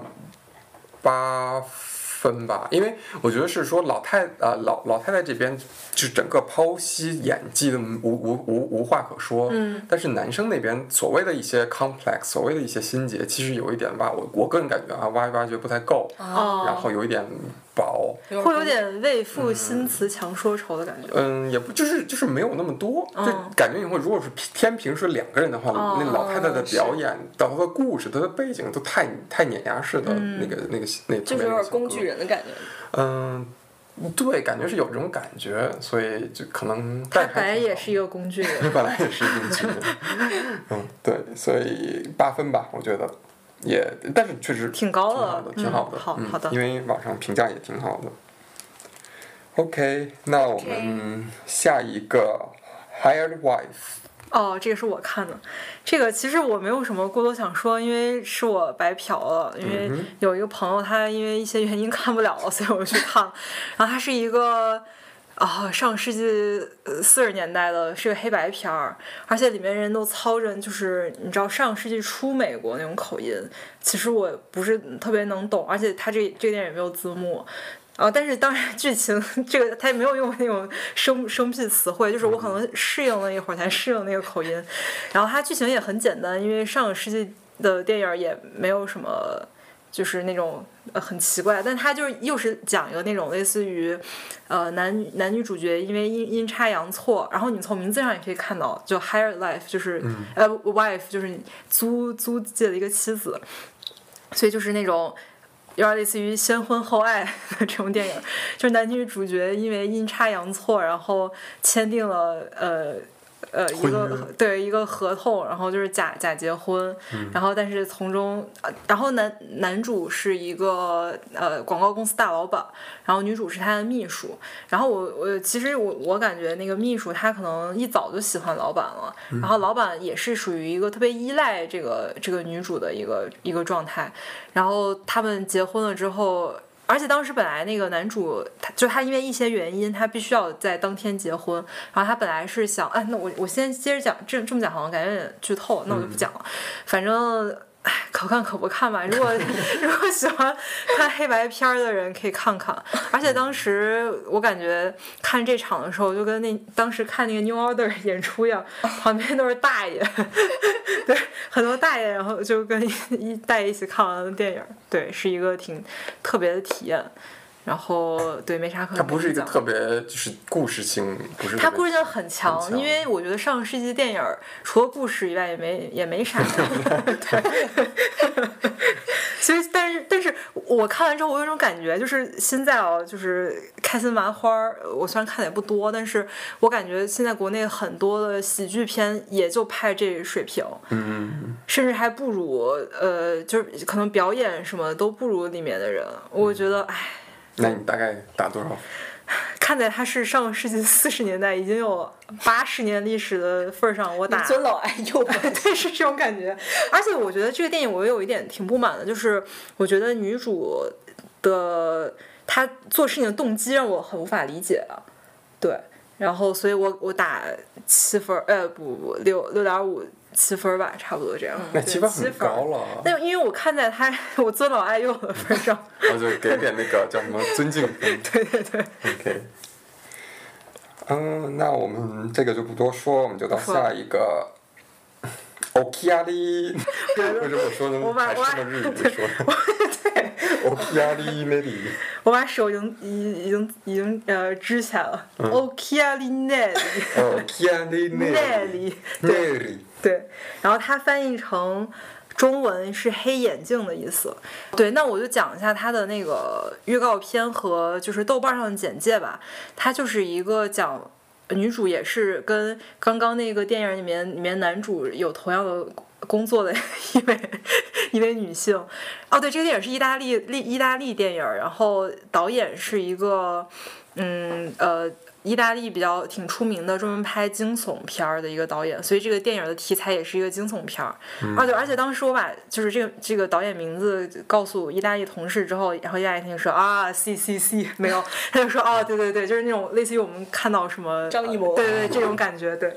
八分吧，因为我觉得是说老太呃老老太太这边就是整个剖析演技的无无无无话可说，嗯，但是男生那边所谓的一些 complex，所谓的一些心结，其实有一点吧，我我个人感觉啊，挖一挖掘不太够，然哦，后有一点薄，会有点为赋新词强说愁的感觉。嗯，也不就是就是没有那么多，嗯就感觉你会如果是天平是两个人的话，哦那老太太的表演、到她的故事、她的背景都太太碾压式的那个、那个那个，嗯就是有点工具。人的感觉。嗯，对，感觉是有这种感觉，所以就可能他但还本来挺也好是一个工具人。本来也是工 具人。嗯，对，所以八分吧，我觉得也，但是确实挺高的挺好嗯的，挺好嗯好的因为网上评价也挺好的。OK，那我们下一个 Hired Wife，哦，这个是我看的，这个其实我没有什么过多想说，因为是我白嫖了，因为有一个朋友他因为一些原因看不了了，所以我就去看了。然后它是一个啊、上世纪呃四十年代的，是个黑白片儿，而且里面人都操着就是你知道上世纪初美国那种口音，其实我不是嗯特别能懂，而且它这这个电影也没有字幕，啊，但是当然剧情这个他也没有用那种生生僻词汇，就是我可能适应了一会儿才适应那个口音。然后它剧情也很简单，因为上个世纪的电影也没有什么。就是那种呃很奇怪，但它就是又是讲一个那种类似于，呃男女男女主角因为阴阴差阳错，然后你从名字上也可以看到，就 hire life 就是、呃 wife 就是租租借的一个妻子，所以就是那种有点类似于先婚后爱的这种电影，就是男女主角因为阴差阳错，然后签订了呃呃一个婚约对一个合同，然后就是假假结婚，嗯然后但是从中，呃然后男男主是一个呃广告公司大老板，然后女主是他的秘书，然后我我其实我我感觉那个秘书她可能一早就喜欢老板了，嗯然后老板也是属于一个特别依赖这个这个女主的一个一个状态，然后他们结婚了之后。而且当时本来那个男主，他就他因为一些原因，他必须要在当天结婚。然后他本来是想，哎，那我我先接着讲，这这么讲好像感觉有点剧透，那我就不讲了。反正，哎，可看可不看吧。如 果如果喜欢看黑白片儿的人可以看看。而且当时我感觉看这场的时候，就跟那当时看那个 New Order 演出一样，旁边都是大爷， 对，很多大爷，然后就跟一一大爷一起看完了电影儿。对，是一个挺特别的体验。然后对，没啥可它不是一个嗯讲的特别就是故事性，不是特别它故事性很强，很强因为我觉得上个世纪电影儿除了故事以外也没也没 啥。对， 所以但是但是我看完之后，我有一种感觉，就是现在啊，就是开心麻花儿，我虽然看的也不多，但是我感觉现在国内很多的喜剧片也就拍这水平，嗯，甚至还不如呃，就是可能表演什么都不如里面的人。我觉得，唉。哎那你大概打多少分？看在它是上个世纪 四十年代已经有八十年历史的份儿上，我打尊老爱幼吧。 对，是这种感觉。而且我觉得这个电影我有一点挺不满的，就是我觉得女主的她做事情的动机让我很无法理解啊。对，然后所以我我打七分儿，呃，不不六六点五七分儿吧，差不多这样。 那对七七分分很儿高。了，但因为我看在她 我尊老爱幼的份儿上， 然后就给点那个叫什么尊敬分。对对对， OK，嗯，那我们这个就不多说，我们就到下一个。OK 啊 哩，为什么我说我能把还我把是用日语说？OK 啊哩那里，我把手已经已已经已经呃支起来了。o 哦 k a l i n e 哦，OK 啊哩那那里里，那里， 对，然后它翻译成中文是黑眼镜的意思。对，那我就讲一下它的那个预告片和就是豆瓣上的简介吧。它就是一个讲女主也是跟刚刚那个电影里面里面男主有同样的工作的一位 一位女性。哦，对，这个电影是意大利利意大利电影儿，然后导演是一个嗯呃。意大利比较挺出名的，专门拍惊悚片儿的一个导演，所以这个电影的题材也是一个惊悚片儿。而且而且当时我把就是这个这个导演名字告诉意大利同事之后，然后意大利同事说啊，C C C 没有，他就说哦，对对对，就是那种类似于我们看到什么张艺谋对对对这种感觉，对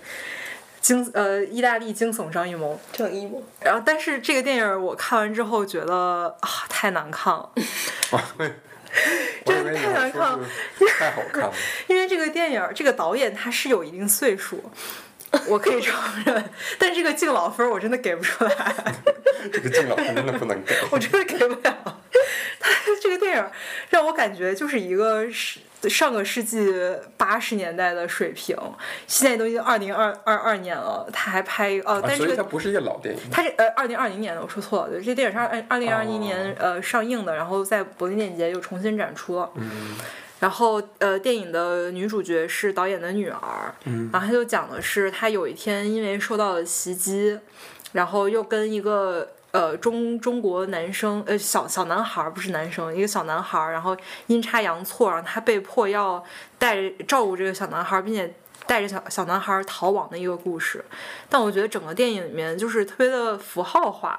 惊呃意大利惊悚张艺谋。正义吗？然后但是这个电影我看完之后觉得啊太难看了， 我这以为你太要难说看了是太好看了。因为这个电影儿，这个导演他是有一定岁数，我可以承认，但这个敬老分儿我真的给不出来，这个敬老真的不能给。 我真的给不了。他这个电影儿让我感觉就是一个是上个世纪八十年代的水平，现在都已经二零二二二年了，他还拍一个哦，啊但所这以个它不是一个老电影，它是呃二零二零年的，我说错了，对，这电影是二二零二一哦年、呃上映的，然后在柏林电影节又重新展出了。嗯然后呃，电影的女主角是导演的女儿，然后她就讲的是她有一天因为受到了袭击，然后又跟一个。呃，中中国男生，呃，小小男孩儿不是男生，一个小男孩儿，然后阴差阳错，然后他被迫要带着照顾这个小男孩儿，并且带着小小男孩儿逃亡的一个故事。但我觉得整个电影里面就是特别的符号化，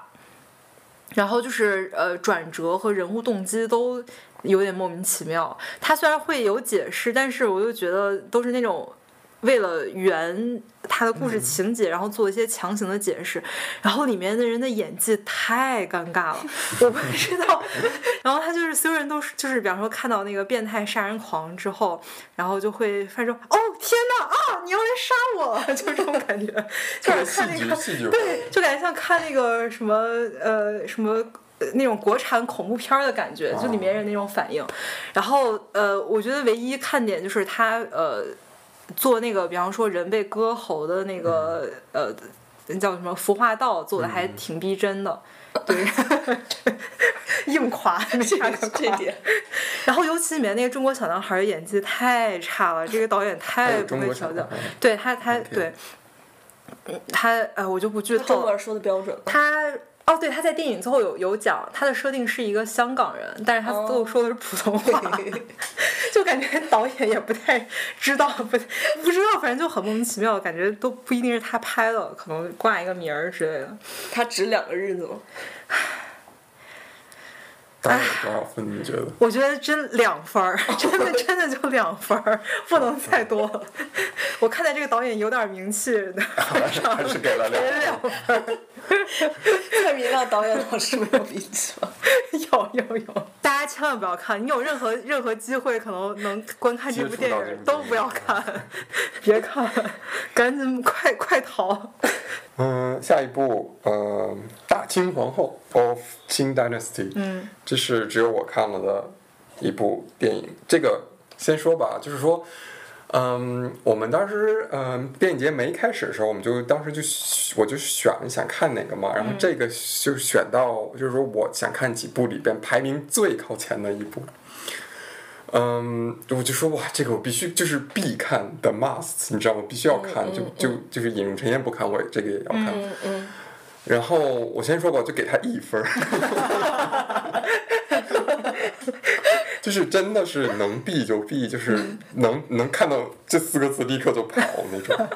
然后就是呃转折和人物动机都有点莫名其妙。它虽然会有解释，但是我又觉得都是那种。为了圆它的故事情节，然后做一些强行的解释，然后里面的人的演技太尴尬了，我不知道。然后他就是所有人都是，就是比方说看到那个变态杀人狂之后，然后就会发出“哦天哪啊，你要来杀我”， 就这种感觉，就是看那个特别戏剧戏剧化对，就感觉像看那个什么呃什么。呃那种国产恐怖片儿的感觉，就里哦面人那种反应。然后呃，我觉得唯一看点就是他呃做那个，比方说人被割喉的那个嗯呃叫什么服化道，做的还挺逼真的。对， 硬 夸，没啥可夸这点，然后尤其里面那个中国小男孩儿演技太差了，这个导演还太有不中会国小调男教孩。对他，他 OK 对，嗯他呃，我就不剧透中了文。说的标准吗？他哦，对，他在电影最后有有讲，他的设定是一个香港人，但是他哦最后说的是普通话，就感觉导演也不太知道，不不知道，反正就很莫名其妙，感觉都不一定是他拍的，可能挂一个名儿之类的。他值两个日子吗？大概有多少分？你觉得？ 我觉得真两分儿，真的真的就两分儿，不能再多了。 我看在这个导演有点名气的份上，还是给了两分两分儿。蔡明亮导演老师没有鼻子吗？有有有，大家千万不要看！你有任何任何机会可能能观看这部电接触到这部影，电都影不要看， 别看，赶紧快快逃！嗯，下一部，呃，《大清皇后》of Qing Dynasty，嗯，这是只有我看了的一部电影。这个先说吧，就是说，嗯，我们当时，嗯，电影节没开始的时候，我们就当时就我就选想看哪个嘛，然后这个就选到，就是说我想看几部里边排名最靠前的一部。嗯，我就说哇，这个我必须就是必看的 must，你知道吗？必须要看，就就就是引入尘烟不看，我也这个也要看。嗯，然后我先说吧，我就给他一分儿 就是真的是能避就避，就是能能看到这四个字立刻就跑那种。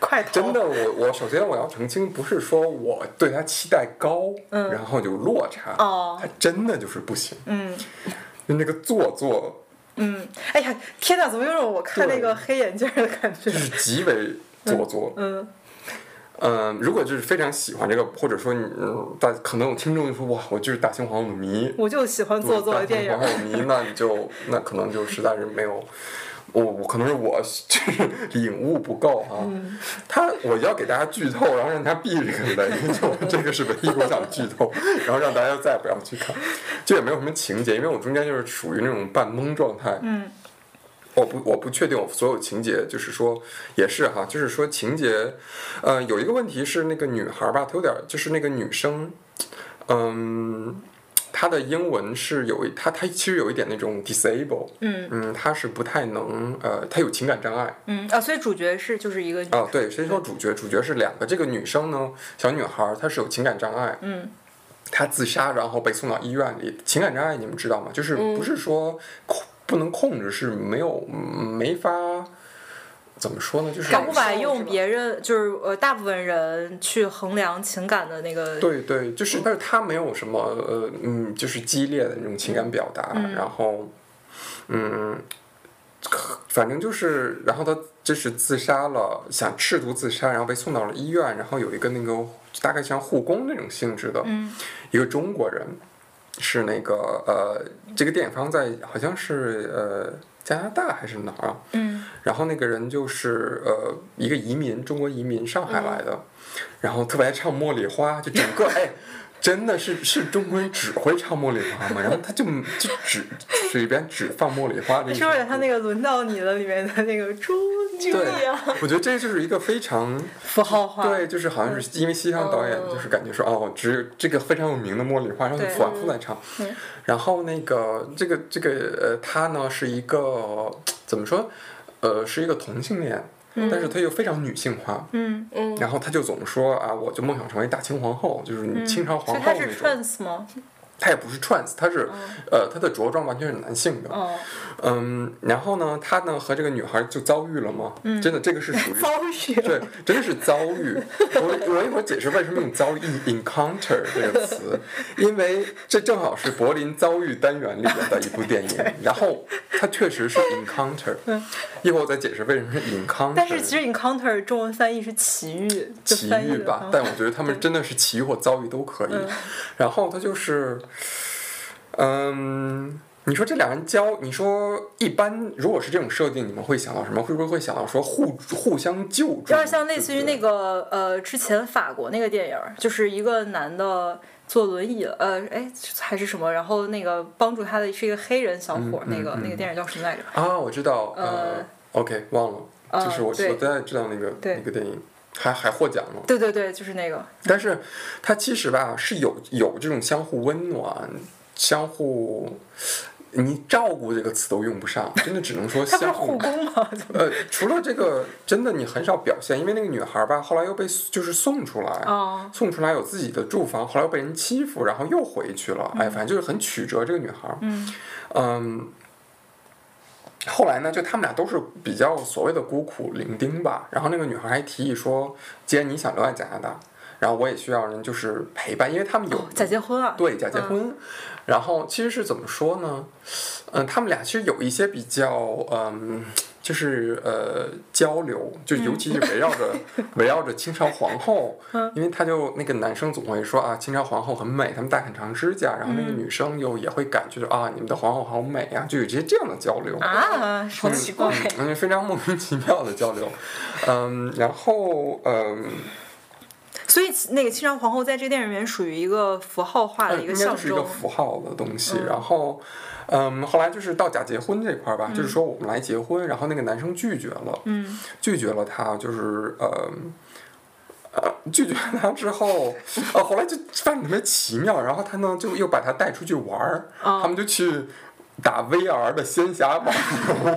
快逃！真的，我我首先我要澄清，不是说我对他期待高，然后有落差，哦他真的就是不行，嗯，就那个做作嗯，哎呀，天哪，怎么有种我看那个对嗯黑眼镜儿的感觉 就？是极为做作，嗯，嗯，如果就是非常喜欢这个，或者说你嗯大可能有听众就说哇，我就是大清皇后的迷，我就喜欢做作的电影然后。迷，那你就那可能就实在是没有，我我可能是我就是领悟不够啊。嗯他我要给大家剧透，然后让大家避这个雷，就这个是唯一我想剧透， 然后让大家再也不要去看，就也没有什么情节，因为我中间就是属于那种半懵状态。嗯我不我不确定我所有情节，就是说也是哈，就是说情节，呃，有一个问题是那个女孩儿吧，她有点儿就是那个女生，嗯，她的英文是有一她她其实有一点那种 disable，嗯嗯，她是不太能呃，她有情感障碍，嗯啊，所以主角是就是一个啊，对，谁说主角？主角是两个。这个女生呢，小女孩儿，她是有情感障碍，嗯，她自杀，然后被送到医院里。情感障碍你们知道吗？就是嗯不是说控不能控制，是没有没法怎么说呢？就是他无法感受是用吧别人就是呃大部分人去衡量情感的那个对对，就是，但是她没有什么呃嗯，就是激烈的那种情感表达，然后嗯，反正就是，然后她就是自杀了，想试图自杀，然后被送到了医院，然后有一个那个大概像护工那种性质的，一个中国人，是那个呃，这个电影发生在好像是呃加拿大还是哪儿啊？嗯然后那个人就是呃一个移民，中国移民上海来的，嗯然后特别爱唱《茉莉花》，就整个哎，真的是是中国人只会唱《茉莉花》吗？然后他就就只嘴里边只放《茉莉花》这一是首不歌。是他那个轮哎到你了里面的那个朱莉对啊，我觉得这就是一个非常符号化？嗯对，就是好像是因为西方导演就是感觉说，哦，只有这个非常有名的茉莉花，然后对嗯反复在唱。然后那个这个这个呃，他呢是一个怎么说？呃，是一个同性恋，但是他又非常女性化。 嗯，嗯然后他就总说啊，我就梦想成为大清皇后，就是你清朝嗯所皇以后他那是种。 trans 嗯吗？他也不是 trans，他是呃，他的着装完全是男性的。哦，嗯，然后呢，他呢和这个女孩就遭遇了嘛，真的这个是属于嗯 遭遇对，真的是遭遇。我我一会儿解释为什么用“遭遇 ”（encounter） 这个词，因为这正好是柏林遭遇单元里边的一部 电影，然后它确实是 encounter。一会儿我再解释为什么是 encounter。嗯但是其实 encounter 中文翻译是奇遇，就奇翻译遇的吧嗯，但我觉得他们真的是奇遇或遭遇都可以。然后他就是，嗯，你说这两人交，你说一般如果是这种设定，你们会想到什么？会不会会想到说互互相救助？有点像类似于那个个呃，之前法国那个电影儿，就是一个男的坐轮椅，呃，哎还是什么，然后那个帮助他的是一个黑人小嗯伙儿，那个、那个电影叫什么来着？啊，我知道，呃呃，OK，忘了，呃就是我对我大概知道那个对那个电影，还还获奖了。对对对，就是那个，但是它其实吧是有有这种相互温暖、相互你照顾这个词都用不上，真的只能说他不是相护互。工吗？怎么呃，除了这个，真的你很少表现，因为那个女孩吧，后来又被就是送出来， 哦送出来有自己的住房，后来又被人欺负，然后又回去了，哎，反正就是很曲折这个女孩。嗯后来呢，就他们俩都是比较所谓的孤苦伶仃吧。然后那个女孩还提议说，既然你想留在加拿大，然后我也需要人就是陪伴，因为他们有、假结婚啊？对，假结婚。然后其实是怎么说呢？嗯、他们俩其实有一些比较，嗯、就是呃交流，就尤其是围绕着、 围绕着清朝皇后，因为他就那个男生总会说啊，清朝皇后很美，他们戴很长指甲，然后那个女生又也会感觉啊，你们的皇后好美啊，就有一些这样的交流。啊，好奇怪。嗯，嗯非常莫名其妙的交流，嗯，然后嗯，所以那个清朝皇后在这个电影里面属于一个符号化的嗯一个应该象就是一个征。符号的东西。然后，嗯，后来就是到假结婚这块儿吧，就是说我们来结婚，然后那个男生拒绝了，嗯拒绝了他，就是呃。呃，拒绝了他之后，呃，后来就发现特别奇妙，然后他呢就又把他带出去玩儿，哦他们就去打 VR 的仙侠网游，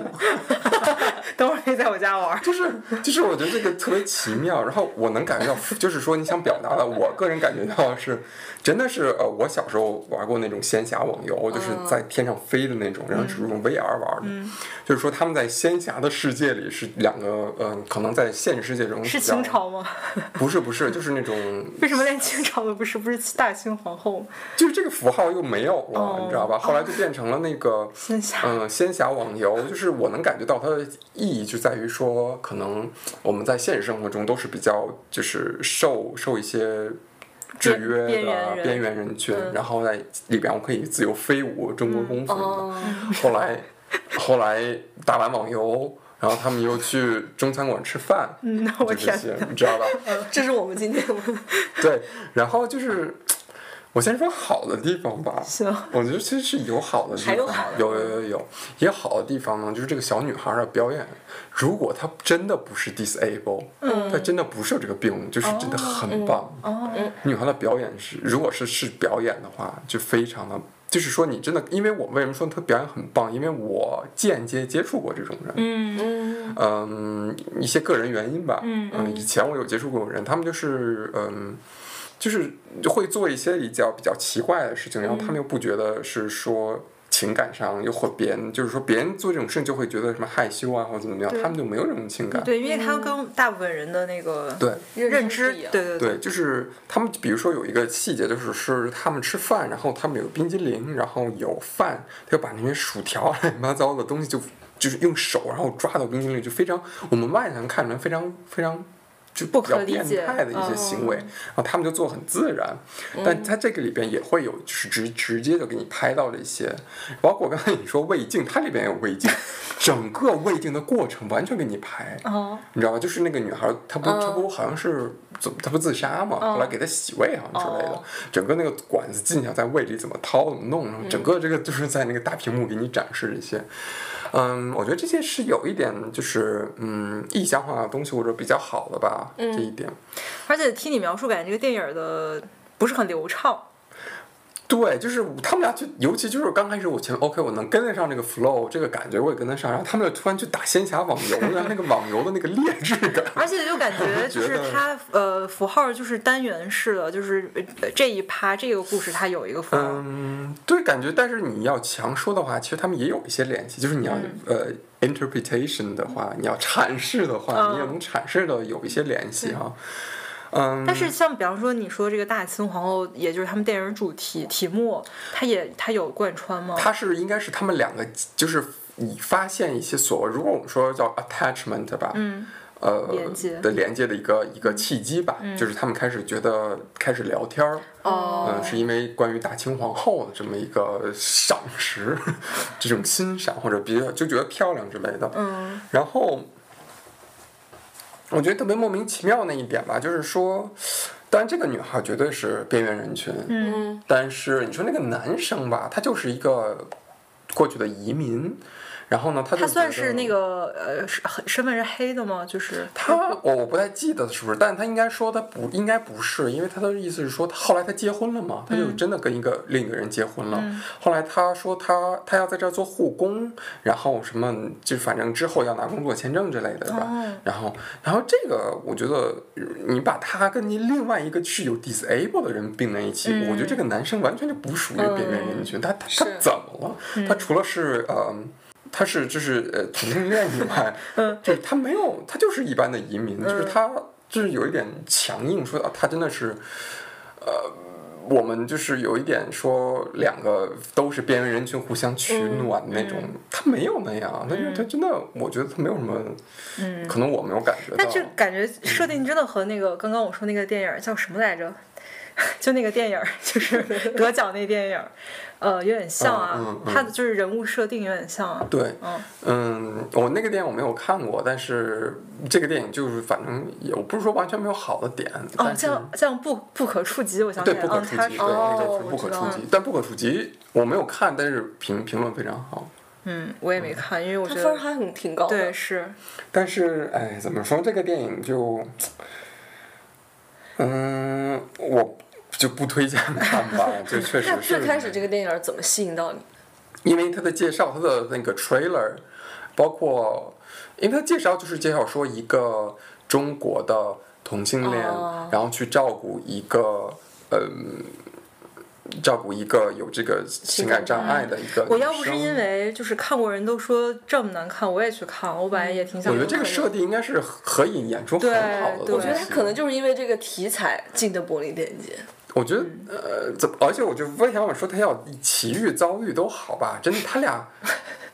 等会儿可以在我家玩儿。 就是就是我觉得这个特别奇妙，然后我能感觉到，就是说你想表达的，我个人感觉到是，真的是呃，我小时候玩过那种仙侠网游，就是嗯在天上飞的那种，然后是用 VR 玩的，就是说他们在仙侠的世界里是两个，嗯、可能在现实世界中是比较清，朝吗？不是不是，就是那种为什么连清朝都不是？不是大清皇后吗？就是这个符号又没有了，哦你知道吧？后来就变成了那个仙侠嗯，仙侠网游，就是我能感觉到它的意义就在于说，可能我们在现实生活中都是比较就是受受一些。制边约边缘的人嗯边缘人群，然后在里边我可以自由飞舞、中国功夫什么的。哦，后来，后来打完网游，然后他们又去中餐馆吃饭，嗯，我就这天些，你知道吧？啊这是我们今天的对，然后就是，我先说好的地方吧。行我觉得其实是有好的地方，还有好的有有有有也有好的地方呢，就是这个小女孩的表演，如果她真的不是 disable，、她嗯真的不是有这个病，就是真的很棒。哦，女孩的表演是，如果是是表演的话，就非常的，就是说你真的，因为我为什么说她表演很棒，因为我间接接触过这种人，嗯嗯嗯，一些个人原因吧。嗯以前我有接触过人，他们就是嗯，就是会做一些比较比较奇怪的事情，然后嗯他们又不觉得是说。情感上又或别人，就是说别人做这种事情就会觉得什么害羞啊，或者怎么样，对他们就没有这种情感。对，因为他跟大部分人的那个嗯对认认知知不一，对样对对，对，就是他们，比如说有一个细节，就是是他们吃饭，然后他们有冰激凌，然后有饭，他就把那些薯条啊乱七八糟的东西就就是用手，然后抓到冰激凌，就非常我们外人看出来非常非常。就不比较可理变解嗯态的一些行为，然后他们就做很自然，但他这个里边也会有，就是直直接就给你拍到了一些，包括刚才你说胃镜，它里边也有胃镜，整个胃镜的过程完全给你拍，哦，你知道吧？就是那个女孩儿，她不，她不好像是怎么，她不自杀嘛？后来给她洗胃好像之类的哦，整个那个管子进去，在胃里怎么掏怎么弄，然后整个这个就是在那个大屏幕给你展示这些。嗯，我觉得这些是有一点就是嗯意象化的东西或者比较好的吧，这一点。而且听你描述，感觉这个电影的不是很流 畅，对，就是他们俩就，尤其就是刚开始我前 OK，我能跟得上这个 flow，这个感觉我也跟得上，然后他们就突然去打仙侠网游，然后那个网游的那个劣质感，而且就感觉就我觉是得它呃符号就是单元式的，就是呃这一趴这个故事它有一个符号，嗯，对，感觉，但是你要强说的话，其实他们也有一些联系，就是你要、嗯呃 interpretation 的话，你要阐释的话，嗯你也能阐释的有一些联系哈、嗯，但是像比方说你说这个大清皇后，也就是他们电影主题题目，它也它有贯穿吗？它是应该是他们两个就是以发现一些所谓，如果我们说叫 attachment 吧，嗯，呃连接嗯的连接的一个一个契机吧，就是他们开始觉得开始聊天儿。哦嗯，是因为关于大清皇后的这么一个赏识， 这种欣赏或者比较就觉得漂亮之类的。嗯，然后我觉得特别莫名其妙那一点吧，就是说，当然这个女孩绝对是边缘人群，嗯但是你说那个男生吧，他就是一个过去的移民。然后呢，他就他算觉得是那个呃，是身份是黑的吗？就是他，我我不太记得是不是，但他应该说他不应该不是，因为他的意思是说，后来他结婚了嘛，他就真的跟一个、另一个人结婚了。后来他说他他要在这儿做护工，然后什么就反正之后要拿工作签证之类的吧。哦然后然后这个我觉得你把他跟你另外一个是有 disable 的人并在一起，我觉得这个男生完全就不属于边缘人群，他他他是怎么了？他除了是呃。他是就是呃同性恋以外，就是他没有，他就是一般的移民，就是他就是有一点强硬说，啊，他真的是，呃，我们就是有一点说两个都是边缘人群互相取暖那种，他没有那样，他就他真的，我觉得他没有什么，可能我没有感觉到嗯但，是感觉设定真的和那个刚刚我说那个电影儿叫什么来着？就那个电影儿， 就是得奖那电影儿，呃，有点像啊。嗯嗯嗯他的就是人物设定有点像啊。对，嗯嗯，我那个电影我没有看过，但是这个电影就是反正也我不是说完全没有好的点，哦，但是这样这样不不可触及，我想起对来不可嗯，触他及，对哦那哦个是不我可知触道及，但不可触及我没有看，但是评评论非常好。嗯，我也没看，因为我他觉分儿得还很挺高的。对是但是，哎，怎么说这个电影就，嗯，我就不推荐看吧，就确实那是 最开始这个电影怎么吸引到你？因为他的介绍，他的那个 trailer，包括，因为他介绍就是介绍说一个中国的同性恋，哦然后去照顾一个，嗯、照顾一个有这个情感障碍的一个女生。我要不是因为就是看过人都说这么难看，我也去看了，我本来也挺想我看觉的。得这个设定应该是合影演出很对好的东西。对我觉得他可能就是因为这个题材进的柏林电影节。我觉得，呃，怎么？而且我就为啥我说他要奇遇遭遇都好吧？真的，他 俩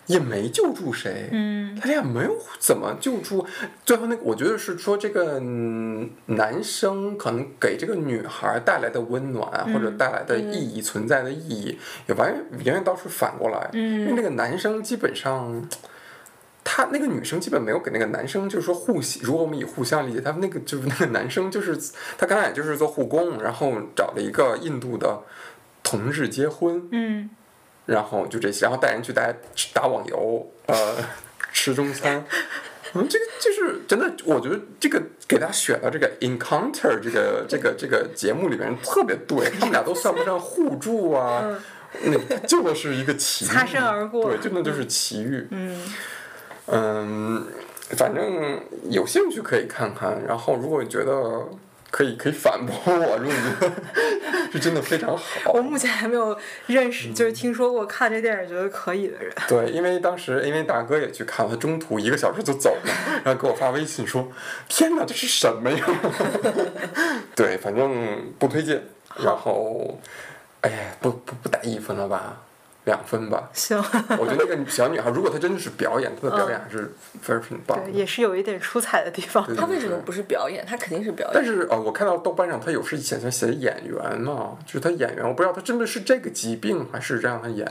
也没救助谁，嗯，他俩没有怎么救助。最后那个，我觉得是说这个嗯男生可能给这个女孩带来的温暖啊，或者带来的意义、存在的意义，也完远远倒是反过来，嗯，因为那个男生基本上。他那个女生基本没有给那个男生，就是说互相，如果我们以互相理解，他那个就是那个男生就是他刚才也就是做护工，然后找了一个印度的同志结婚，嗯，然后就这些，然后带人去打打网游，呃，吃中餐。嗯，这个就是真的，我觉得这个给他选到这个 encounter 这个这个这个节目里面特别对，他们俩都算不上互助啊，那就是一个奇遇，嗯擦身而过对，真的就是奇遇。嗯反正有兴趣可以看看，然后如果觉得可以可以反驳我，如果你觉得 是真的非常好我，目前还没有认识，嗯就是听说过看这电影觉得可以的人。。对，因为当时因为大哥也去看了，他中途一个小时就走了，然后给我发微信说：“天哪，这是什么呀？” 对，反正不推荐。然后，哎呀，不不不打一分了吧，两分吧 行，我觉得那个小女孩，如果她真的是表演，她的嗯表演还是非常棒对，的。也是有一点出彩的地方。对他为什么不是表演？他肯定是表但演。是呃，我看到豆瓣上他有是写写写演员嘛，就是他演员，我不知道他真的是这个疾病还是让他演，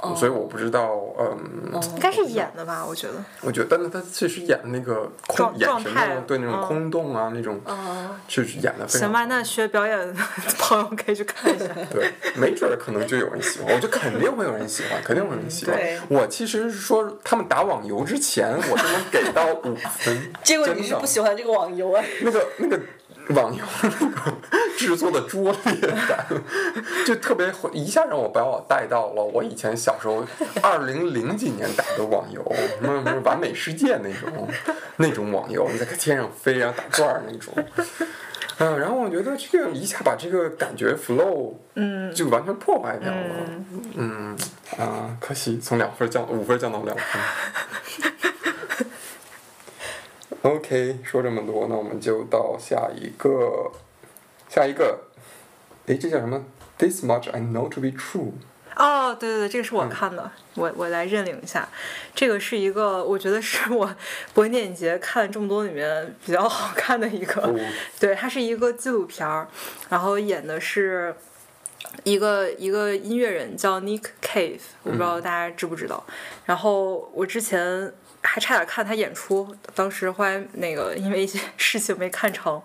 哦所以我不知道，嗯，应该是演的吧，我觉得。我觉得，但是他确实演那个空状眼神那状态种，对那种嗯空洞啊，那种，嗯，确实演的非行常吧，那学表演 的朋友可以去看一下。对，没准儿可能就有人喜欢，我觉得肯定会有人喜欢，肯定会有人喜欢对。我其实是说他们打网游之前，我就能给到五分结果你是不喜欢这个网游啊？那个那个网游那个制作的拙劣感，就特别会一下让我把我带到了我以前小时候二零零几年打的网游，什么什么完美世界那种那种网游，你在天上飞然后打转儿那种。嗯，然后我觉得这个一下把这个感觉 flow，嗯，就完全破坏掉了，嗯啊、可惜从两分儿降五分儿降到两分。OK，说这么多，那我们就到下一个，下一个，诶，这叫什么？This much I know to be true。 哦，对对对，这个是嗯我看的，我我来认领一下。这个是一个，我觉得是我柏林电影节看这么多里面比较好看的一个。哦 对，它是一个纪录片儿，然后演的是一个一个音乐人叫 Nick Cave，我不知道大家知不知道。然后我之前还差点看他演出，当时后来那个因为一些事情没看成，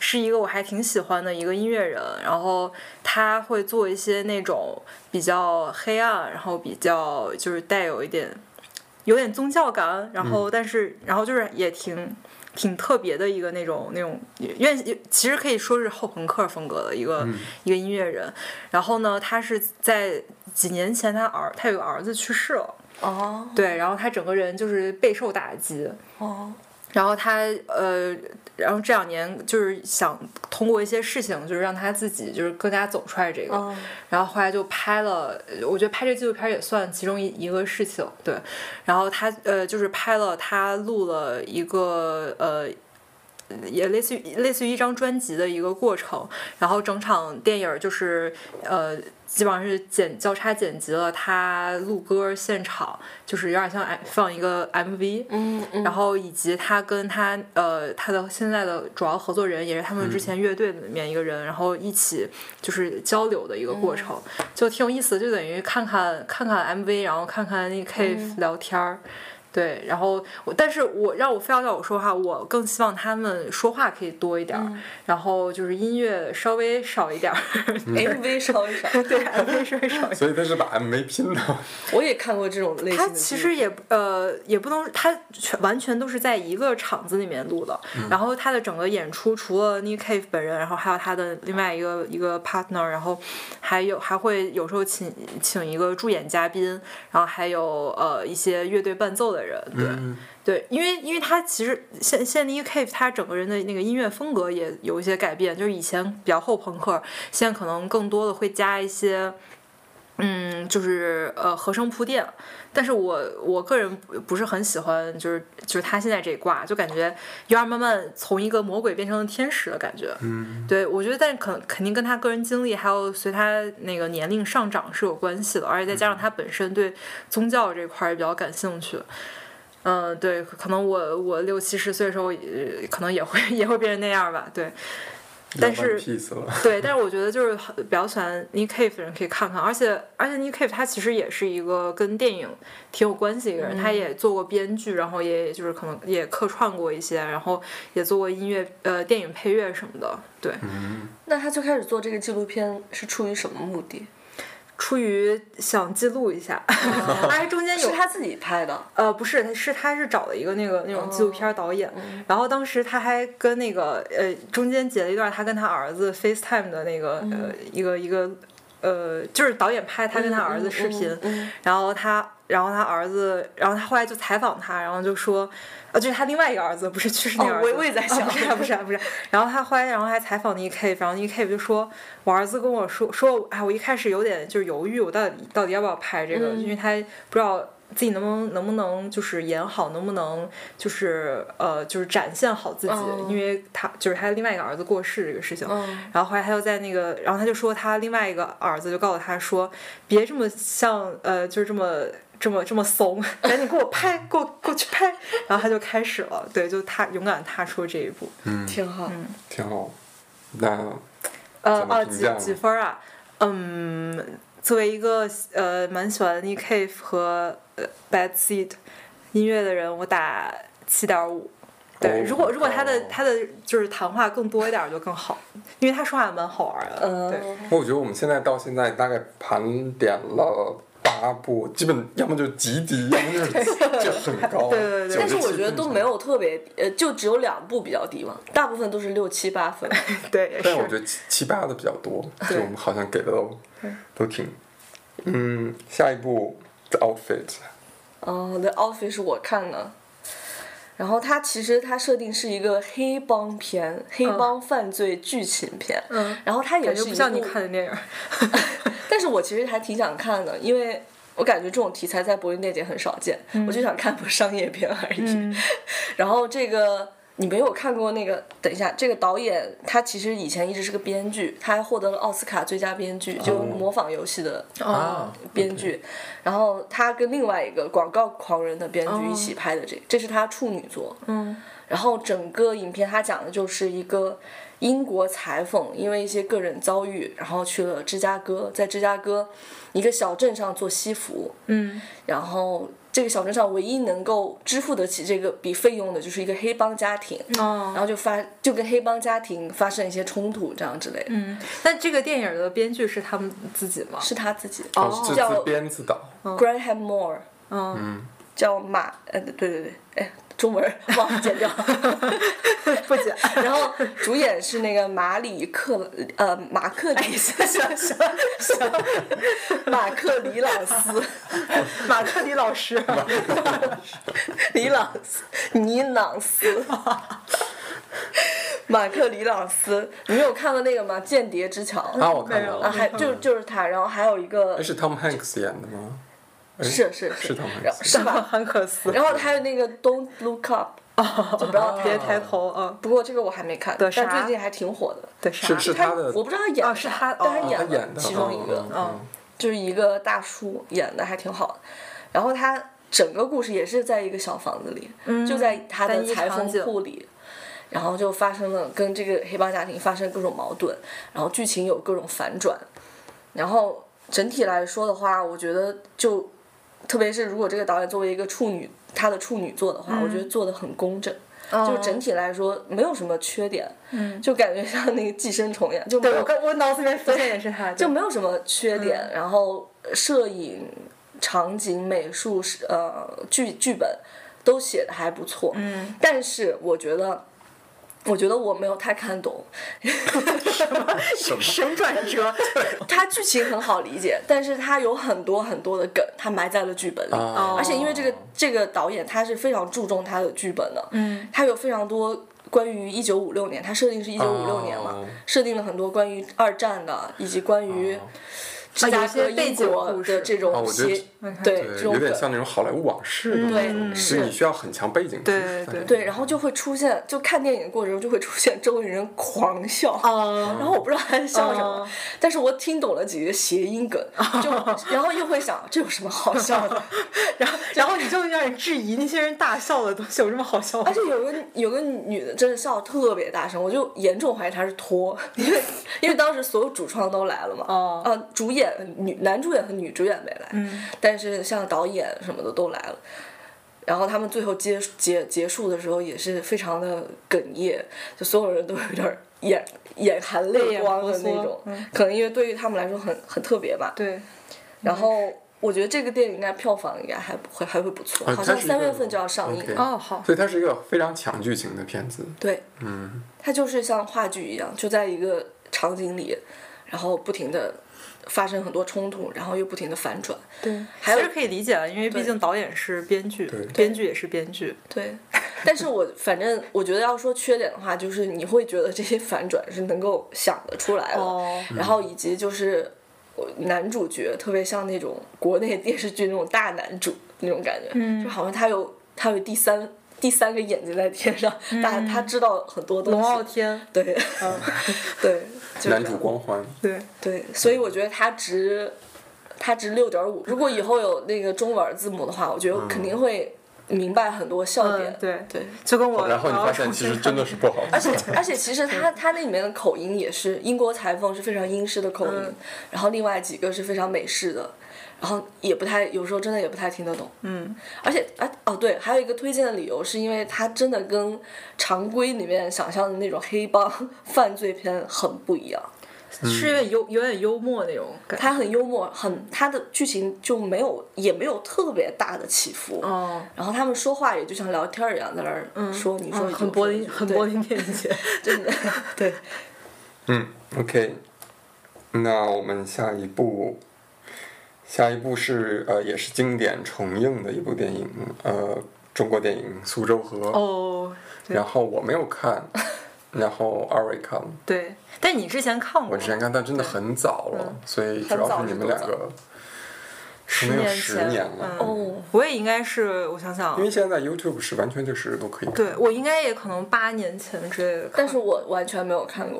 是一个我还挺喜欢的一个音乐人。然后他会做一些那种比较黑暗，然后比较就是带有一点有点宗教感，然后但是、然后就是也挺挺特别的一个那种那种，愿其实可以说是后朋克风格的一个、一个音乐人。然后呢，他是在几年前他儿他有个儿子去世了，哦对，然后他整个人就是备受打击，哦，然后他呃，然后这两年就是想通过一些事情，就是让他自己就是更加走出来这个。嗯然后后来就拍了，呃我觉得拍这纪录片也算其中一一个事情，对。然后他呃，就是拍了他录了一个呃。也类似于类似于一张专辑的一个过程，然后整场电影就是呃，基本上是剪交叉剪辑了他录歌现场，就是有点像 M- 放一个 MV，嗯嗯，然后以及他跟他呃他的现在的主要合作人也是他们之前乐队里面一个人，然后一起就是交流的一个嗯过程，就挺有意思的，就等于看看看看 MV，然后看看嗯那 K 聊天儿。对，然后我，但是我让我非要叫我说话，我更希望他们说话可以多一点儿，然后就是音乐稍微少一点儿， MV 稍微少，对，MV 稍微少一点儿。所以他是把 MV 拼的，我也看过这种类型的他纪录片。其实也不呃也不能，他全完全都是在一个场子里面录的。嗯然后他的整个演出，除了 Nick Cave 本人，然后还有他的另外一个一个 partner，然后还有还会有时候请请一个助演嘉宾，然后还有呃一些乐队伴奏的人，对。嗯对，因为因为他其实现现在 Nick Cave 他整个人的那个音乐风格也有一些改变，就是以前比较后朋克，现在可能更多的会加一些，嗯，就是呃和声铺垫。但是我我个人不不是很喜欢，就是就是他现在这一挂，就感觉有点慢慢从一个魔鬼变成了天使的感觉。嗯，对，我觉得，但肯肯定跟他个人经历，还有随他那个年龄上涨是有关系的，而且再加上他本身对宗教这块儿也比较感兴趣。嗯、对，可能我我六七十岁的时候，呃可能也会也会变成那样吧。对， 但是 peace 了，对，但是我觉得就是很比较喜欢 Nick Cave 的人可以看看，而且而且 Nick Cave 他其实也是一个跟电影挺有关系的一个人，他也做过编剧，然后也就是可能也客串过一些，然后也做过音乐呃电影配乐什么的，对，那他最开始做这个纪录片是出于什么目的？出于想记录一下， 当然中间有是他自己拍的，呃，不是，他是他是找了一个那个那种纪录哦片儿导演，嗯然后当时他还跟那个呃中间截了一段他跟他儿子 FaceTime 的那个、嗯呃一个一个呃就是导演拍他跟他儿嗯子视频，然后他然后他儿子，然后他后来就采访他，然后就说，呃，就是他另外一个儿子，不是去世那个哦儿子，我我也在啊想不是、啊、不是、啊、不是、啊，然后他后来然后还采访了 E K，然后 E K 就说，我儿子跟我说说，哎，我一开始有点就是犹豫，我到底到底要不要拍这个，因嗯为他不知道。自己能不能能不能就是演好，能不能就是呃就是展现好自己，哦因为他就是他另外一个儿子过世这个事情，嗯然后后来他又在那个，然后他就说他另外一个儿子就告诉他说，别这么像呃，就是这么这么这么怂，赶紧给我拍，给我给我去拍。然后他就开始了，对，就踏勇敢踏出这一步。挺好。嗯挺好。那呃怎么啊，评几价呢几分儿啊？嗯，作为一个呃蛮喜欢 Nick Cave 和呃 Bad Seed 音乐的人，我打七点五。对，哦如果如果他的哦他的就是谈话更多一点儿就更好，因为他说话蛮好玩的。对。嗯，我觉得我们现在到现在大概盘点了八部，基本要么就极低，要么就是就很高。对对对97但是我觉得都没。有特别，呃，就只有两部比较低嘛，大部分都是六七八 分。对，也但是我觉得七七八的比较多，就对我们好像给的都都挺。嗯，下一部 The Outfit，嗯，《The Office》是我看的，然后它其实它设定是一个黑帮片，黑帮犯罪剧情片。嗯然后它也感是觉一不像你部看的电影儿。 但是我其实还挺想看的，因为我感觉这种题材在柏林电影节很少见，我就想看部商业片而已。 然后这个你没有看过那个？等一下，这个导演他其实以前一直是个编剧，他还获得了奥斯卡最佳编剧，就模仿游戏的啊编剧。然后他跟另外一个广告狂人的编剧一起拍的这，这是他处女作。嗯然后整个影片它讲的就是一个英国裁缝因为一些个人遭遇，然后去了芝加哥，在芝加哥一个小镇上做西服，嗯然后这个小镇上唯一能够支付得起这个笔费用的就是一个黑帮家庭，然哦，后就发就跟黑帮家庭发生一些冲突这样之类的，嗯，那这个电影的编剧是他们自己吗？是他自己哦是自叫嗯编自导， Graham Moore，嗯，叫马，呃，对对对，哎，中文儿忘了 剪掉。不假。然后主演是那个马里克，呃，马克里，行了行了行了马克里朗斯， 马克里老师， 里朗斯，尼朗斯，马克里朗斯，你有看过那个吗？《间谍之桥》啊，我看没有到啊，了，哎还就就是他，然后还有一个那是 Tom Hanks 演的吗？是是是他们然后是吧？汉克斯，然后还有那个 Don't Look Up，就不要别抬。抬头啊！不过这个我还没看，的但啥最近还挺火的。对，啊是是他他的，我不知道他演哦的是啥他但他哦他演演的其中一个啊嗯，嗯嗯就是一个大叔演的还挺好的。然后他整个故事也是在一个小房子里，就在他嗯单的一裁场缝景铺里，然后就发生了跟这个黑帮家庭发生各种矛盾，然后剧情有各种反转，然后整体来说的话，我觉得就特别是如果这个导演作为一个处女，他的处女作的话，我嗯觉得做的很工整。哦就整体来说没有什么缺点，就感觉像那个寄生虫一样，就没嗯对有我刚我脑子里面浮现也是他，就就没有什么缺点。然后摄影、场景、美术、是呃剧剧本都写的还不错。嗯，但是我觉得。我觉得我没有太看懂，神转折，它剧情很好理解，但是它有很多很多的梗，它埋在了剧本里。啊而且因为这个这个导演他是非常注重他的剧本的，嗯，他有非常多关于一九五六年，他设定是一九五六年嘛，哦设定了很多关于二战的，以及关于芝啊加有哥、些背英景国故事的这啊种我觉得些，对这对，种有点梗。像那种好莱坞往事的那对种，是是你需要很强背景知识对才能。对对，然后就会出现，就看电影过程中就会出现周围人狂笑，哦然后我不知道他在笑什么哦，但是我听懂了几个谐 音梗，就然后又会想这有什么好笑的， 然后然后你就让人质疑那些人大笑的东西有这么好笑吗而？且有个有个女的真的笑得特别大声，我就严重怀疑她是托，因为因为当时所有主创都来了嘛，哦呃，主演女男主演和女主演没来，嗯但是像导演什么的都来了。然后他们最后结结结束的时候也是非常的哽咽，就所有人都有点儿眼眼含泪泪眼光婆的那娑种，嗯可能因为对于他们来说很很特别 吧。对，然后我觉得这个电影应该票房应该还不会还会不错，啊好它是像一个三月份就要上映。 OK 哦好，所以它是一个非常强剧情的片子。对，嗯，它就是像话剧一样，就在一个场景里，然后不停的发生很多冲突，然后又不停的反转。对，还有其实可以理解啊了，因为毕对竟导演是编剧对，编剧也是编剧，对，但是我反正我觉得要说缺点的话，就是你会觉得这些反转是能够想得出来的，哦然后以及就是我男主角特别像那种国内电视剧那种大男主那种感觉，嗯就好像他有他有第三第三个眼睛在天上，大他知道很多东嗯西。龙傲天，对，嗯， 对，就是男这主样光环，对，对，所以我觉得它值，它值六点五。如果以后有那个中文字母的话，我觉得我肯定会明白很多笑点。嗯对对，就跟我然后你我发要现重其新实看真的是不好。而且 而且其实它它那里面的口音也是英国裁缝是非常英式的口音，嗯然后另外几个是非常美式的。然后也不太，有时候真的也不太听得懂。嗯，而且啊哦对，还有一个推荐的理由是因为它真的跟常规里面想象的那种黑帮 犯罪片很不一样。嗯是有点幽有点幽默那种感觉，他很幽默，很他的剧情就没有也没有特别大的起伏。哦。然后他们说话也就像聊天儿一样，在那儿说、你说嗯一句、很我柏说一林，句很对柏林便 捷。真的 对。嗯，OK，那我们下一部，下一部是呃，也是经典重映的一部电影，呃，中国电影《苏州河》。哦，然后我没有看，然后二位看了，对，但你之前看过我之前看，但真的很早了，所以主很要早是你是们多两早个，十没有年十前年嗯，了哦，我也应该是，我想想因，为现在 YouTube 是完全就是都可以看。对我应该也可能八年前之类的看。但是我完全没有看过，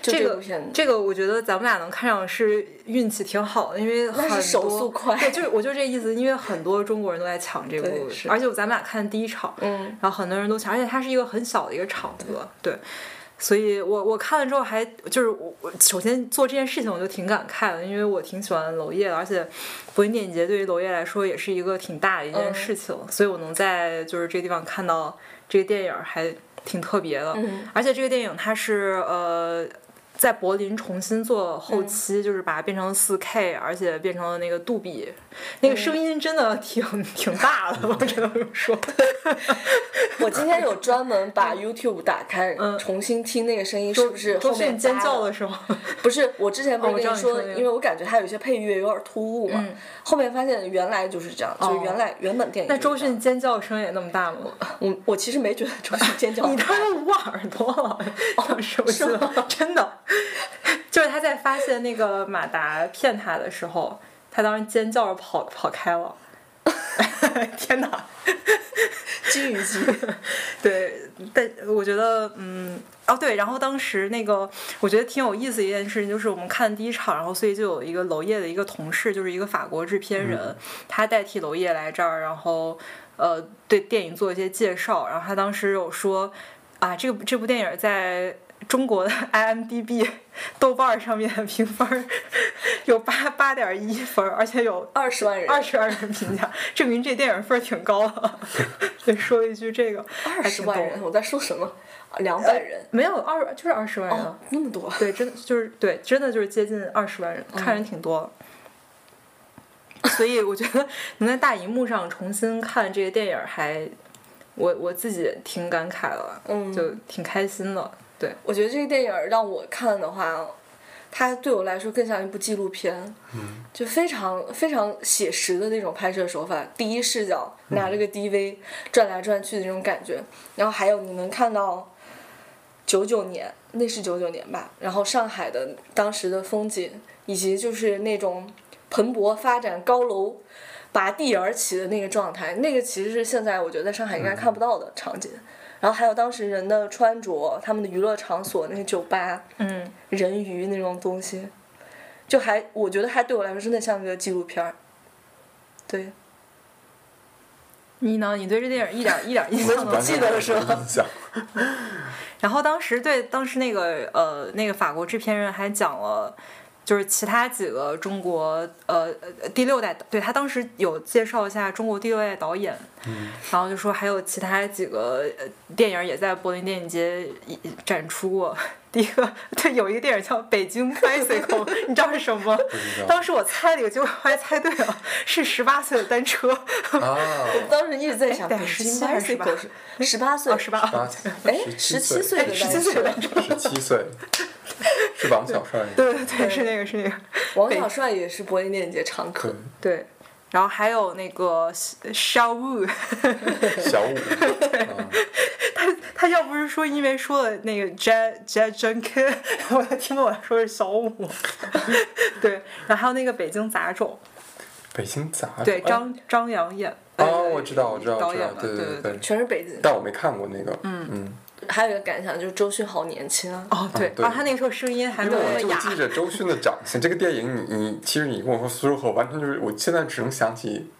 就这这个部片这个我觉得咱们俩能看上是运气挺好的，因为很那多是手速快对，就是我就这意思，因为很多中国人都在抢这部对，是而且咱们俩看的第一场，嗯，然后很多人都抢，而且它是一个很小的一个场子，对。所以我我看了之后还就是我我首先做这件事情我就挺感慨的，因为我挺喜欢娄烨的，而且柏林电影节对于娄烨来说也是一个挺大的一件嗯事情，所以我能在就是这地方看到这个电影儿还挺特别的，嗯而且这个电影它是呃在柏林重新做后期，就是把它变成四 K，而且变成了那个杜比，那嗯个声音真的挺挺大的，我只能 说。我今天有专门 把 YouTube 打开，嗯重新听那个声音，是不是周后面迅尖加叫的的时 候，不是，我之前不哦我是跟知道你你说，说那个因为我感觉它有些配乐有点突兀嘛。嗯哦后面发现原来就是这样，就是原来原本电影那就周是这样。迅尖叫声也那么大吗？我我其实没觉得周 迅尖叫你当时捂耳朵了，当时我记哦是吗得 真的，就是他在发现那个马达骗他的时候，他当时尖叫着跑跑开了。 天哪！金鱼姬，对，但我觉得，嗯，哦对，然后当时那个我觉得挺有意思的一件事情，就是我们看第一场，然后所以就有一个娄烨的一个同事，就是一个法国制片人，他代替娄烨来这儿，然后呃对电影做一些介绍，然后他当时有说啊，这个这部电影在。中国的 IMDB 豆瓣儿上面评分儿 有八八点一分儿，而且有二十万人，二十二人评价，证明这电影分儿挺高的。 得说一句这个，二还十挺万逗人，我在说什么？两百人，没有二就是二十万人啊，哦，那么多。 对，真的就是对，真的就是接近二十万人，看嗯人挺多的。所以我觉得能在大荧幕上重新看这些电影儿还，我我自己挺感慨的，嗯就挺开心的。对，我觉得这个电影儿让我看的话，它对我来说更像一部纪录片，就非常非常写实的那种拍摄手法，第一视角拿着个 DV 转来转去的那种感觉，然后还有你能看到九九年，那是九九年吧，然后上海的当时的风景，以及就是那种蓬勃发展高楼。拔地而起的那个状态，那个其实是现在我觉得在上海应该看不到的场景。然后还有当时人的穿着，他们的娱乐场所那些酒吧、嗯，人鱼那种东西，就还我觉得还对我来说真的像个纪录片儿。对，你呢？你对这电影儿一点儿一点儿印象都没有完全记得了是吧没有印象然后当时对当时那个呃那个法国制片人还讲了。就是其他几个中国呃呃第六代，对他当时有介绍一下中国第六代导演，然后就说还有其他几个呃电影也在柏林电影节一展出过。 第一个对，有一个电影叫《北京 Bicycle》，你知道是什么吗知道？当时我猜了一个，结果还猜对了，是十八岁的单车。啊，当时一直在想，哎北京17还是 bicycle 是十八岁，哦， 十八，八哎，十十七七岁岁的十七岁的单车。十七岁，是王小帅。对对对，是那个，是那个。王小帅也是柏林电影节常客。对，然后还有那个 Shao Wu，对 小五，他要不是说因为说了那个 J J Junkin，我 都听不懂他说是小五。对，然后还有那个北京杂种，北京杂种对哎张张扬演。哦，我知道，我知道，导我知道演，嘛，对对对。全是北京，但我没看过那个，嗯嗯，还有一个感想就是周迅好年轻啊！哦，对嗯，对然后他那个时候声音还因没为有我那就么记哑，着周迅的长相，这个电影你你其实你跟我说苏州河，完全就是我现在只能想起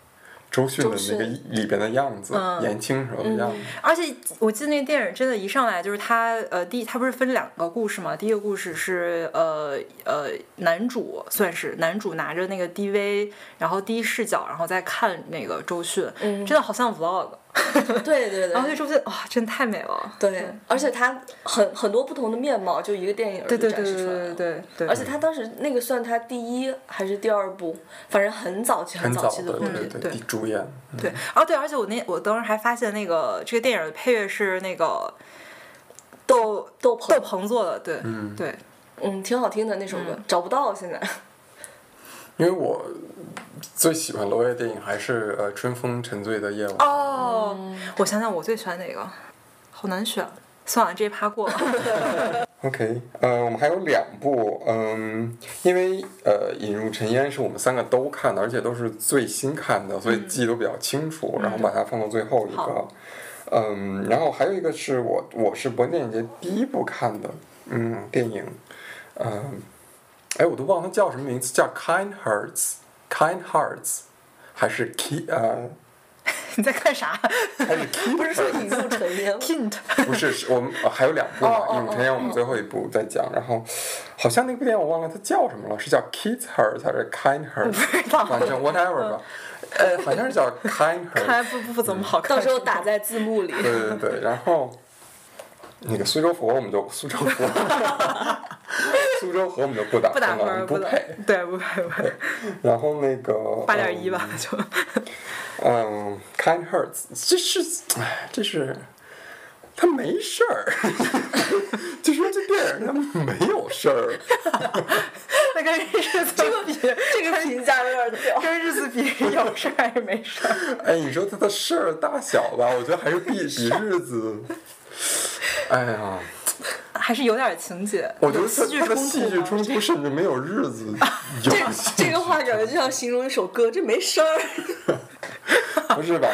周迅的周那迅个里边的样子，嗯年轻时候的样子，而且我记得那电影真的，一上来就是他，呃，第一他不是分两个故事嘛，第一个故事是呃呃男主算是男主拿着那个 DV，然后第一视角，然后再看那个周迅，嗯真的好像 vlog， 对对对，然后就周迅哇，真的太美了，对，而且他很很多不同的面貌，就一个电影嗯对就对对展对示出来对了。对对，而且他当时那个算他第一还是第二部，反正很早期很早早期的，作对品。嗯对，对主演，对，哦对，而且我那我当时还发现那个这个电影的配乐是那个窦窦窦鹏，鹏做的，对、嗯，对，嗯，挺好听的那首歌，找不到现在。 因为我最喜欢娄烨电影还是呃《春风沉醉的夜晚》，哦，我想想我最喜欢哪个，好难选，算了，这一趴过了。 OK，呃，我们还有两部，嗯，因为呃，《引入尘烟》是我们三个都看的，而且都是最新看的，所以记得都比较清楚，然后把它放到最后一个好。嗯，然后还有一个是我我是柏林电影节第一部看的，嗯，电影，嗯，哎，我都忘了它叫什么名字，叫《Kind Hearts》，《Kind Hearts》，还是 Key 呃， 你在看啥还是 Key？不是说引入尘烟吗？ ？Hint 不是，是我们呃还有两部嘛哦，哦《影片》我们最后一部再嗯讲。然后，好像那部电影我忘了它叫什么了，是叫《Kiss Her》还是《Kind Her》？反正 whatever 吧，嗯呃，好像是叫《Kind 看来 Her》。不不不怎么好看。到时候打在字幕里。对对对，然后那个苏州佛我们就苏州佛， 苏州河我们就不打不打分分了，儿，嗯不打配。，嗯对，不配，不配，然后那个八点一吧，就嗯，嗯，Kind Hearts，这是，哎，这是，他没事儿， 就说这电影他没有事儿，那跟日子比， 这个评价有点屌。跟日子比有事儿还是没事儿？哎，你说他的事儿大小吧，我觉得还是比比日子，哎呀，还是有点情节，我觉有得戏他剧他的冲戏突剧吗冲突甚至没有日 子有这 这个话感觉就像形容一首歌，这没事儿。 不是吧？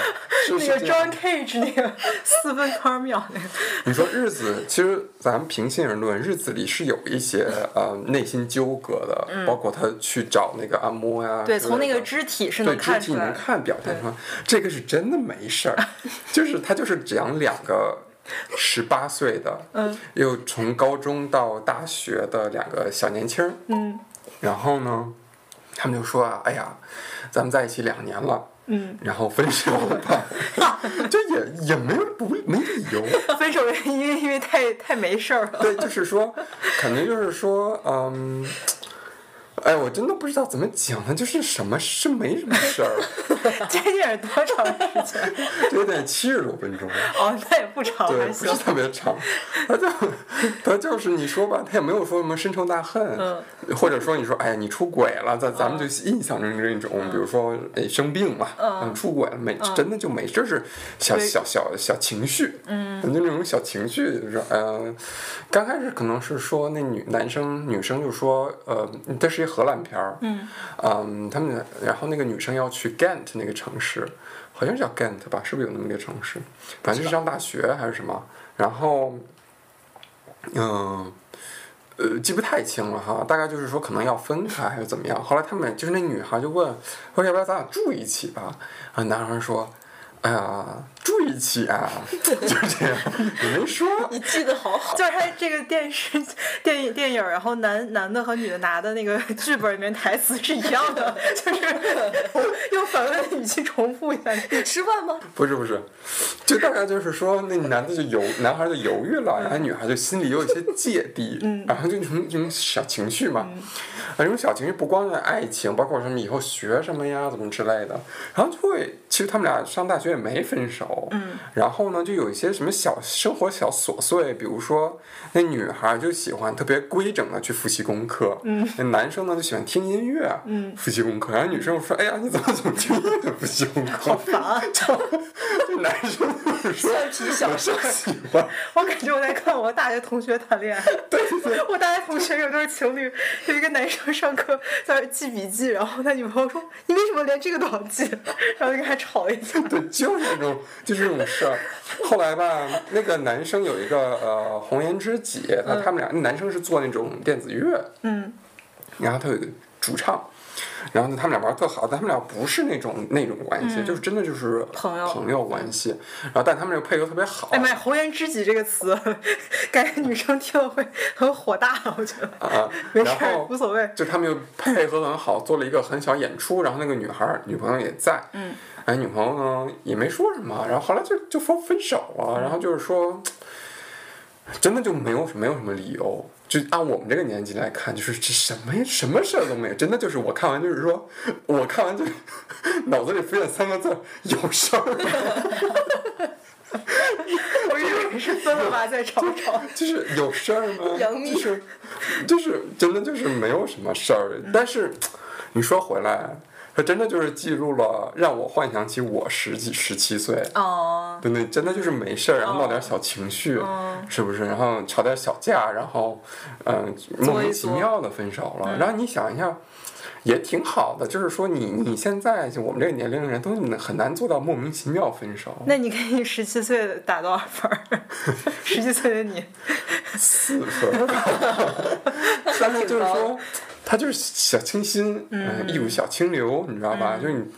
是那是个这 John 样。 Cage 那个四分二秒那个，你说日子，其实咱们平心而论，日子里是有一些呃内心纠葛的，包括他去找那个按摩呀之嗯类的，对，从那个肢体是对能肢看体出能来。看表现出来，这个是真的没 事儿，就是他就是讲两个十八岁的，嗯，又从高中到大学的两个小年轻，嗯，然后呢，他们就说啊，哎呀，咱们在一起两年了。嗯，然后分手 了吧，这也也没有不没理由，分手原因因为因为太太没事儿了， 对，就是说，肯定就是说，嗯，哎，我真的不知道怎么讲，他就是什么是没什么事儿，这电影多长时间？ 这得七十多分钟，哦，那也不长，对，还不行是。特别长， 他就他就是你说吧，他也没有说什么深仇大恨，或者说你说哎呀你出轨了，咱咱们就印象中这种，比如说哎生病嘛，嗯，出轨了没，真的就没，这是小对小小小情绪，嗯，就那种小情绪，就是嗯，刚开始可能是说那女男生女生就说呃，这是一荷兰片儿，嗯，他们然后那个女生要去 Ghent 那个城市。好像是叫 Ghent 吧，是不是有那么一个城市？反正就是上大学还是什么，然后，嗯、呃，记不太清了哈，大概就是说可能要分开还是怎么样。后来他们就是那女孩就问，说要不要咱俩住一起吧？啊，男孩说，哎呀，住一起啊， 就是这样，也没说。你记得好好，就是他这个电视、电影、电影，然后男男的和女的拿的那个剧本里面台词是一样的， 就是用反问的语气重复一下。你吃饭 吗？不是不是，就大概就是说，那男的就犹，男孩就犹豫了，然后女孩就心里有一些芥蒂，然后就那种那种小情绪嘛，啊，这种小情绪不光是爱情，包括什么以后学什么呀，怎么之类的，然后就会，其实他们俩上大学也没分手，然后呢，就有一些什么小生活小琐碎，比如说那女孩就喜欢特别规整的去复习功课，那男生呢就喜欢听音乐，复习功课，然后女生说，哎呀，你怎么总听音乐复习功课？ 这男生就是说蒜皮小我事是儿喜欢，我感觉我在看我大学同学谈恋爱。我大学同学有对儿情侣，有一个男生上课在那儿记笔记，然后他女朋友说：“你为什么连这个都要记？” 然后就跟他吵一架。对，就是这种，就是这种事儿。后来吧，那个男生有一个呃红颜知己，他他们俩，那男生是做那种电子乐，嗯，然后他有一个主唱。然后呢，他们俩玩儿特好，但他们俩不是那种那种关系，就是真的就是嗯朋友朋友关系。然后，但他们这个配合特别好。哎妈呀，红颜知己这个词，感觉女生听了会很火大，我觉得。啊，没然事儿后无所谓就他们又配合得很好，做了一个很小演出，然后那个女孩儿女朋友也在，嗯，哎，女朋友呢也没说什么，然后后来就就说分手了，然后就是说，真的就没有没有什么理由。就按我们这个年纪来看，就是这什么呀，什么事儿都没有，真的就是我看完就是说，我看完就脑子里浮现三个字儿：有事儿吧。我以为是分了吧，再吵吵。就是有事儿吗？杨幂就是就是真的就是没有什么事儿，但是你说回来，它真的就是记录了让我幻想起我十几十七岁。哦，真的真的就是没事儿，然后闹点小情绪，哦是不是？然后吵点小架，然后，嗯、莫名其妙的分手嗯了。然后你想一下，也挺好的，就是说你你现在就我们这个年龄的人都很难做到莫名其妙分手。那你给你十七岁的打多少分儿？ 十七岁的 你，四分，但是就是说，他就是小清新，嗯，一股小清流，你知道吧？就是你，嗯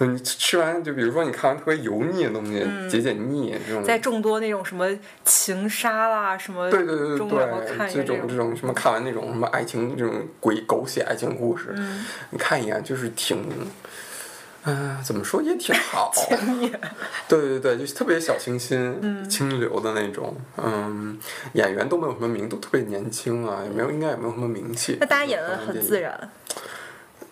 你吃完就比如说你看完特别油腻的东西，解解腻这种，在对众多那种什么情杀啦什么对对对中，然后看对，一这个种这种什么看完那种什嗯么爱情这种鬼狗血爱情故事，你看一眼就是挺。嗯、怎么说也 挺好。对对对，就是特别小清新、嗯清流的那种。嗯，演员都没有什么名，都特别年轻啊，也没有应该也没有什么名气。那大家演的嗯很自。然。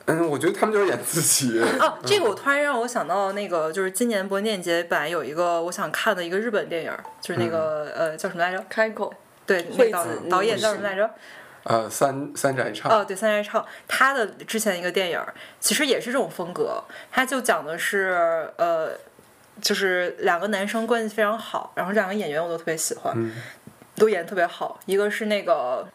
嗯，我觉得他们就是演自己。哦，这个我突然让我想到那个，就是今年柏林电影节本来有一个我想看的一个日本电影，就是嗯那个、呃叫什么来着？开口，对，那惠个导子导演叫什么来着？呃，三三宅唱。哦，对，三宅唱，他的之前一个电影儿其实也是这种风格，他就讲的是呃，就是两个男生关系非常好，然后这两个演员我都特别喜欢，都演的特别好，一个是那个。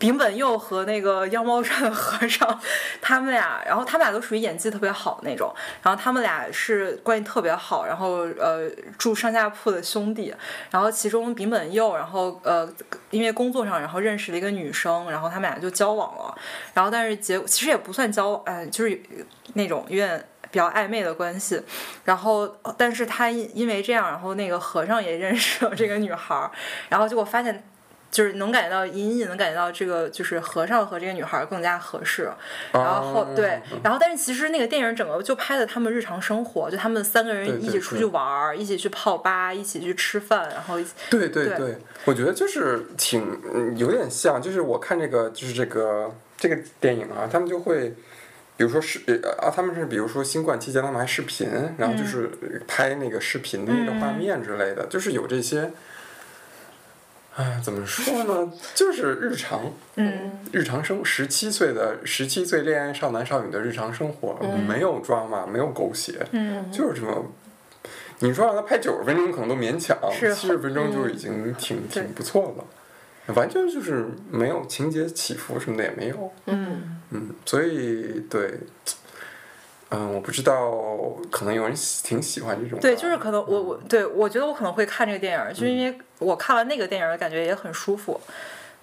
丙本佑和那个妖猫传的和尚，他们俩，然后他们俩都属于演技特别好那种，然后他们俩是关系特别好，然后呃住上下铺的兄弟，然后其中丙本佑，然后呃因为工作上，然后认识了一个女生，然后他们俩就交往了，然后但是结其实也不算交往，呃，就是那种有点比较暧昧的关系。然后，呃但是他因因为这样，然后那个和尚也认识了这个女孩儿，然后结果发现。就是能感觉到，隐隐能感觉到这个就是和尚和这个女孩儿更加合适，然后后哦对，然后但是其实那个电影整个就拍的他们日常生活，就他们三个对人一对起出对去玩儿，一起去泡吧，一起去吃饭，然后一起对对对对，我觉得就是挺嗯有点像，就是我看这个就是这个这个电影啊，他们就会。比如说视呃啊，他们是比如说新冠期间，他们还视频，然后就是拍那个视频的那个画面之类的，就是有这些，哎，怎么说呢？就是日常，嗯，日常生十七岁的十七岁恋爱少男少女的日常生活，没有 drama，没有狗血，嗯就是这么。你说让他拍九十分钟可能都勉强，是嗯七十分钟就已经挺、对挺不错了，完全就是没有情节起伏什么的也没有，嗯，嗯，所以对，嗯，我不知道，可能有人喜挺喜欢这种吧，对，就是可能我我对我觉得我可能会看这个电影儿，就是因嗯为我看完那个电影儿感觉也很舒服，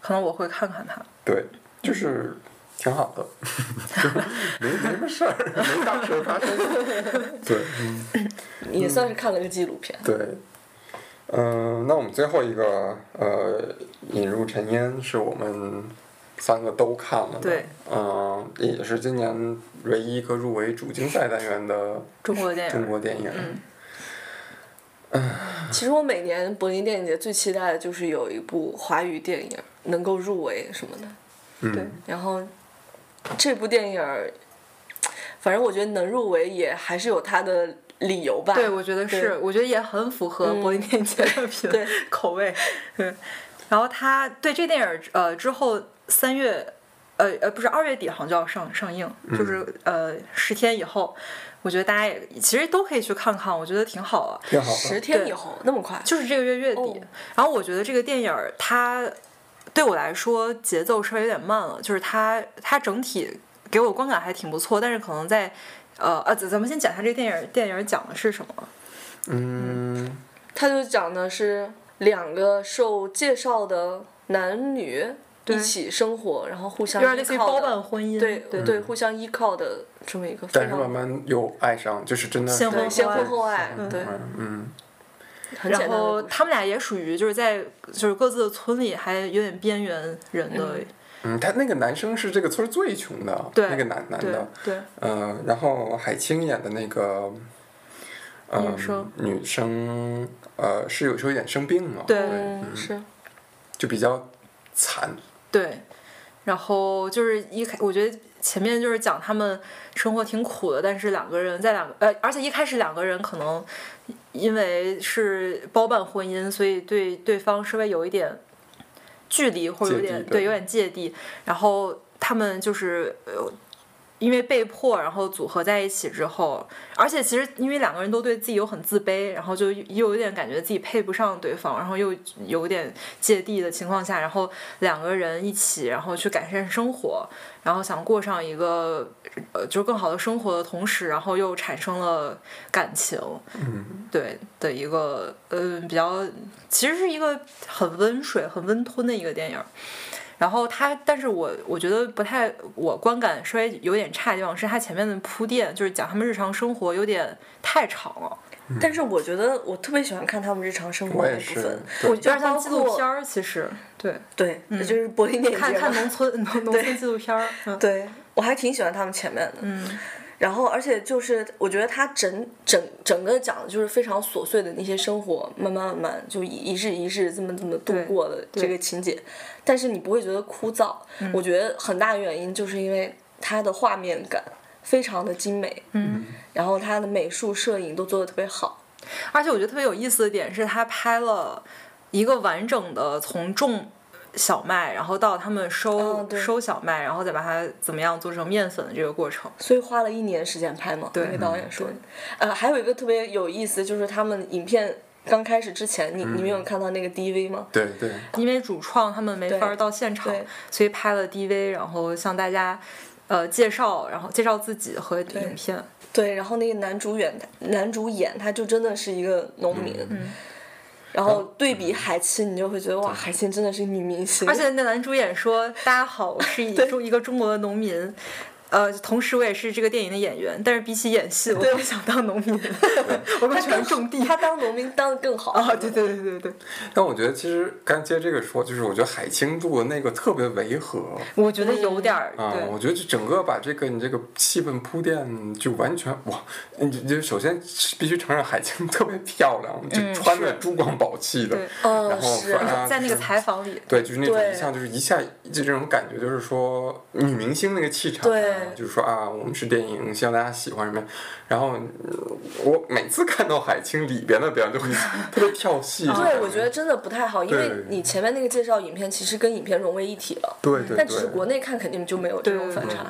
可能我会看看它。对，就是挺好 的，没没什么事儿，没大事儿发生， 对，嗯。也算是看了个纪录片。对，嗯、那我们最后一个呃，引入尘烟是我们三个都看了的，对，嗯、也是今年唯一一个入围主竞赛单元的中国的电影中儿，国电影，其实我每年柏林电影节最期待的就是有一部华语电影能够入围什么的。嗯，对，然后这部电影儿，反正我觉得能入围也还是有它的理由吧。对，我觉得是，对嗯我觉得也很符合柏林电影节 的品对 口味。对，然后它对这电影儿呃之后三月。呃呃，不是二月底好像就要上上映，就是呃十天以后，我觉得大家也其实都可以去看看，我觉得挺好的。挺好十的，嗯天对以后那么快，就是这个月月底。哦然后我觉得这个电影儿它对我来说节奏稍微有点慢了，就是它它整体给我观感还挺不错，但是可能在呃呃，咱咱们先讲一下这个电影儿电影儿讲的是什么。嗯，他就讲的是两个受介绍的男女对一起生活，然后互有相点类依似于靠包的办婚姻，对对对，互相依靠的这么一个非但是常慢慢又爱上，就是真的先是婚先后爱婚后爱，对，嗯，很简然单的后故事嗯他们俩也属于就是在就是各自的村里还有点边缘人的，嗯，他那个男生是这个村儿最穷的，对那个男男对的，对，嗯，然后海清演的那个，呃、女生，女生，呃，是有时候有点生病了，对嗯是就比较惨，对，然后就是一开，我觉得前面就是讲他们生活挺苦的，但是两个人在两个呃，而且一开始两个人可能因为是包办婚姻，所以对对方稍微有一点距离或者有芥蒂点对对有点芥蒂，然后他们就是呃。因为被迫，然后组合在一起之后，而且其实因为两个人都对自己又很自卑，然后就又有点感觉自己配不上对方，然后又有点芥蒂的情况下，然后两个人一起，然后去改善生活，然后想过上一个呃就是更好的生活的同时，然后又产生了感情，嗯，对的一个呃比较，其实是一个很温水、很温吞的一个电影儿。然后它，但是我我觉得不太，我观感稍微有点差的地方是它前面的铺垫，就是讲他们日常生活有点太长了。但是我觉得我特别喜欢看他们日常生活我那也部是分，，对我觉得包像括纪录片儿，其实对，对，就是柏林电影嗯看节看 嘛农村农农村纪录片儿，嗯对我还挺喜欢他们前面的，嗯然后，而且就是我觉得他整整整个讲的就是非常琐碎的那些生活，慢慢慢慢就一日一日这么这么度对过的对嗯这个情节，但是你不会觉得枯燥。我觉得很大原因就是因为它的画面感非常的精美，嗯，然后它的美术、摄影都做的特别好。而且我觉得特别有意思的点是，他拍了一个完整的从种小麦，然后到他们收、哦对收小麦，然后再把它怎么样做成面粉的这个过程。所以花了一年时间拍嘛，对那个导演说的。呃，还有一个特别有意思，就是他们影片刚开始之前，你你没有看到那个 DV 吗？对对，因为主创他们没法儿对到现场对，所以拍了 DV，然后向大家呃介绍，然后介绍自己和影片。对，然后那个男主演，男主演他就真的是一个农民，嗯然后啊对嗯比海清，你就会觉得哇，海清真的是女明星，而且那男主演说：“大家好，我是一中一个中国的农民。”呃，同时我也是这个电影的演员，但是比起演戏，我更想当农民， 我更喜欢种地。他当农民当的更好啊，对对对对对，但我觉得其实刚接这个说，就是我觉得海清度的那个特别违和我觉得有点儿、啊、我对，觉得就整个把这个你这个气氛铺垫就完全哇，你就就首先必须承认海清特别漂亮，就穿的珠光宝气的嗯对，嗯然后啊是反而哦在那个采访里，对，就是那种对一下就是一下就这种感觉，就是说女明星那个气场啊，对就是说啊，我们是电影，希望大家喜欢什么。然后嗯我每次看到海清里边的表演，就会 特别跳戏。对，我觉得真的不太好，因为对你前面那个介绍影片其实跟影片融为一体了，对对对，嗯但只是国内看肯定就没有这种对反差。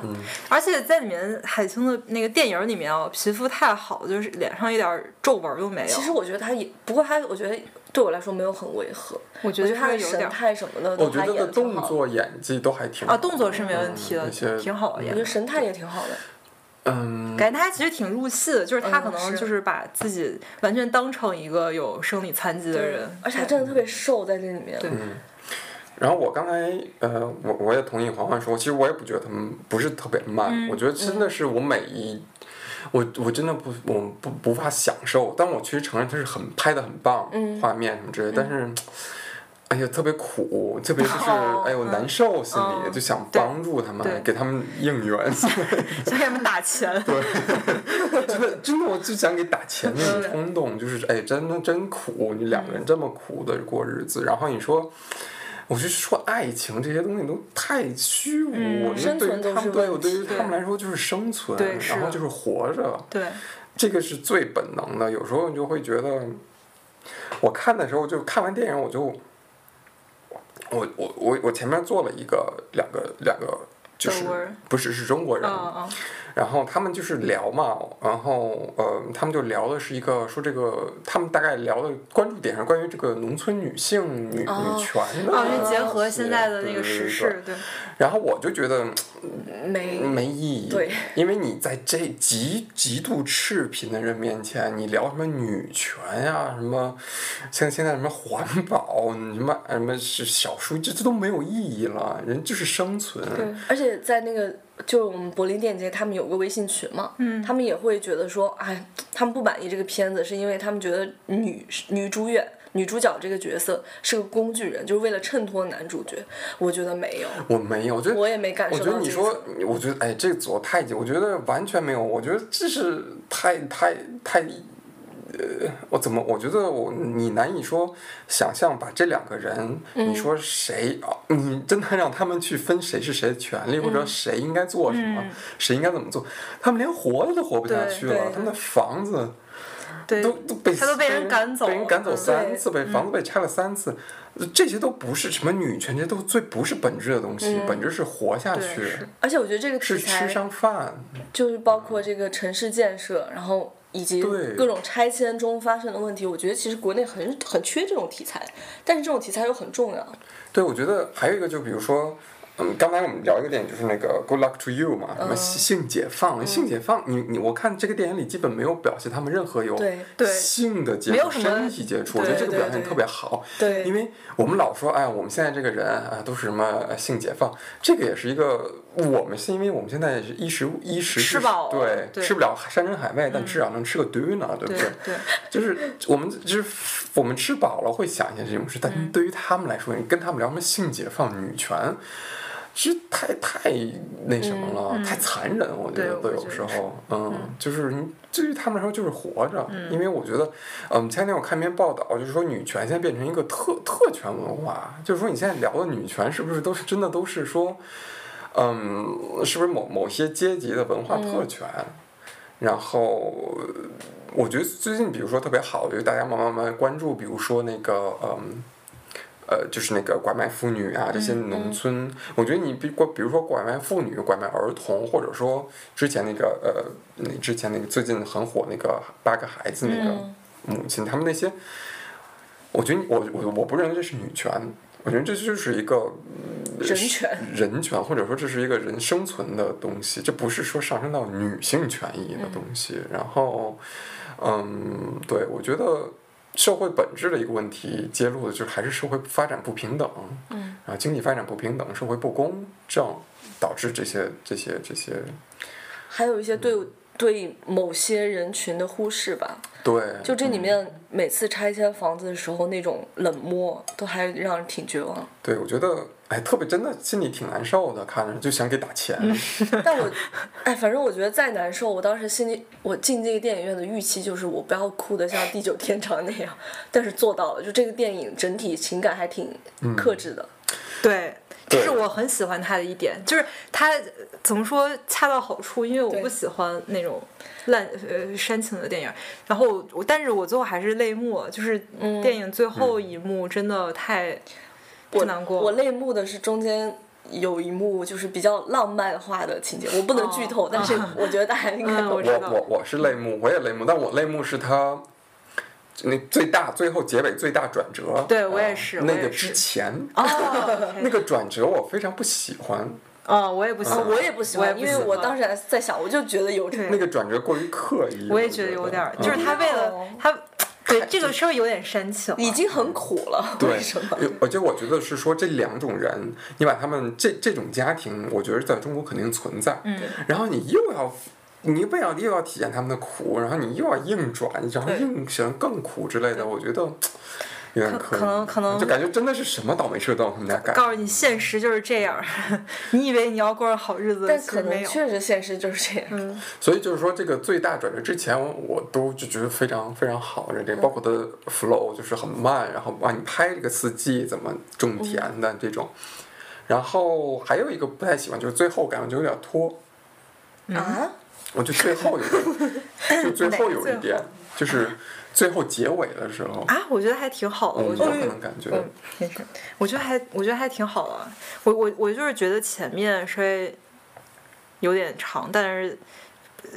而且在里面海清的那个电影里面啊，皮肤太好，就是脸上一点儿皱纹儿都没有。其实我觉得他也，不过他我觉得对我来说没有很违和，我觉我得觉得他的有点神儿态什么的，我觉他得演的得挺动好的，作演技都还挺啊，动作是没问题嗯的，那些挺好的我演觉得的。神态也挺好的。嗯，感觉他其实挺入戏的，就是他嗯可能是就是把自己完全当成一个有生理残疾的人，而且他真的特别瘦，在这里面。对然后我刚才呃，我我也同意黄欢说，其实我也不觉得他们不是特别慢，嗯我觉得真的是我每一，我我真的不我不不怕享受，但我其实承认它是很拍的很棒，嗯画面什么之类，但是。哎呀，特别苦，特别就是，哦哎呦，难受，心里、嗯就想对帮助他们对，给他们应援，想给他们打钱。真的，真的，我 就想给打钱那种冲动，就是哎，真的真苦，你两个人这么苦的过日子，然后你说。我就说爱情这些东西都太虚无，我觉得嗯生对存于都他是们对问我对于题他们来说就是生存，对是然后啊就是活着，对，这个是最本能的。有时候你就会觉得，我看的时候就看完电影我就，我我我我前面坐了一个两个两个就是德国人不是是中国哦人，嗯嗯然后他们就是聊嘛，然后呃，他们就聊的是一个说这个，他们大概聊的关注点是关于这个农村女性女、哦女权的，嗯，哦，就结合现在的那个时对对事对，对，然后我就觉得没嗯没意义，对，因为你在这极极度赤贫的人面前，你聊什么女权呀、什么像现在什么环保，你什么什么是小数，这这都没有意义了，人就是生存，对而且在那个就是我们柏林电影节，他们有个微信群嘛，嗯他们也会觉得说，哎，他们不满意这个片子，是因为他们觉得女女主演。女主角这个角色是个工具人，就是为了衬托男主角。我觉得没有，我没有，我觉得我也没感受我觉到这个。得你说，我觉得哎，这个左太极，我觉得完全没有，我觉得这是太太太，呃，我怎么，我觉得我你难以说想象把这两个人，嗯你说谁啊，你真的让他们去分谁是谁的权利，或嗯者谁应该做什么，谁应该怎么做，他们连活的都活不下对去对了，他们的房子。对都都被他都被人赶走被人赶走嗯三对次，被房子被拆了三次，这些都不是什么女权，这些都最不是本质的东西，本质是活下嗯对去是，而且我觉得这个题是吃材上饭，就是包括这个城市建设，然后以及对各种拆迁中发生的问题，我觉得其实国内很很缺这种题材，但是这种题材又很重要。对，我觉得还有一个，就比如说，嗯，刚才我们聊一个电影，就是那个《Good Luck to You》嘛，什么性解放，性解放，你你我看这个电影里基本没有表现他们任何有对对性的接没触、有什么身体接触，我觉得这对个对表现对特别好。对因为我们老说，哎，我们现在这个人啊，都是什么呃性解放，这个也是一个我们是因为我们现在是衣食衣食吃至饱对，对嗯吃不了山珍海味，但至少能吃个 dinner，对不对对？对就是我们就是我们吃嗯饱了会想一些这种事，但是对于他们来说，你跟他们聊什么性解放、女权，其实太太那什么嗯了，太残忍，我觉对得我都觉有得时候，嗯，就是你对于他们来说就是活着，因为我觉得，嗯，前两天我看一篇报道，就是说女权现在变成一个特特权文化，就是说你现在聊的女权是不是都是真的都是说，嗯，是不是某某些阶级的文化嗯特权？然后我觉得最近比如说特别好，就是大家慢慢慢慢关注，比如说那个嗯。呃，就是那个拐卖妇女啊，这些嗯农村，我觉得你比拐，比如说拐卖妇女、拐卖儿童，或者说之前那个呃，那之前那个最近很火那个八个孩子那个嗯母亲，他们那些，我觉得我我我不认为这是女权，我觉得这就是一个嗯人权人权，或者说这是一个人生存的东西，这不是说上升到女性权益的嗯东西。然后，嗯，对，我觉得社会本质的一个问题揭露的就是还是社会发展不平等，嗯，然后经济发展不平等，社会不公正导致这些这些这些，还有一嗯些对对某些人群的忽视吧。对，就嗯这里面每次拆迁房子的时候那种冷漠，都还让人挺绝望。对我觉得，哎，特别真的心里挺难受的，看着就想给打钱，嗯但 我，哎，反正我觉得再难受，我当时心里我进这个电影院的预期就是我不要哭得像地久天长那样，但是做到了。就这个电影整体情感还挺嗯克制的。对，这对是我很喜欢他的一点，就是他呃怎么说恰到好处，因为我对不喜欢那种烂呃煽情的电影。然后我，但是我最后还是泪目了，就是电影最后一幕真的太、太难过了。嗯我泪目的是中间有一幕就是比较浪漫化的情节，我不能剧透，但是我觉得大家应该哦嗯懂。我知道我我我是泪目，我也泪目，但我泪目是他那最大最后结尾最大转折。对我也啊是那我个也是之前哦那个转折我非常不喜欢，啊、我也不喜欢，我也不喜我也欢，不因为喜欢我当时还在想，我就觉得有对那个转折过于刻意。我我也觉得有点儿，就是嗯他为了嗯他，对这个稍微有点煽情了。已经很苦了，对 为什么？，有而且我觉得是说这两种人，你把他们这这种家庭，我觉得在中国肯定存在。嗯，然后你又要。你又不要又要体验他们的苦，然后你又要硬转，然后对硬想更苦之类的，我觉得有点可以可能可能就感觉真的是什么倒霉事儿都往他们家干。告诉你，现实就是这样儿。 你以为你要过上好日子，但其可实没能有。确实现实就是这样。所以就是说，这个最大转折之前，我我都就觉得非常非常好，这这嗯包括它的 flow 就是很慢，然后帮你拍这个四季怎么种田的这种。然后还有一个不太喜欢，就是最后感觉就有点拖，啊，我就最后有 一就最后哪有一个最点后，就是最后结尾的时候，啊，我觉得还挺好的。我我有觉得可能感觉嗯，没事。我觉得还我觉得还挺好的。我我我就是觉得前面稍微有点长，但是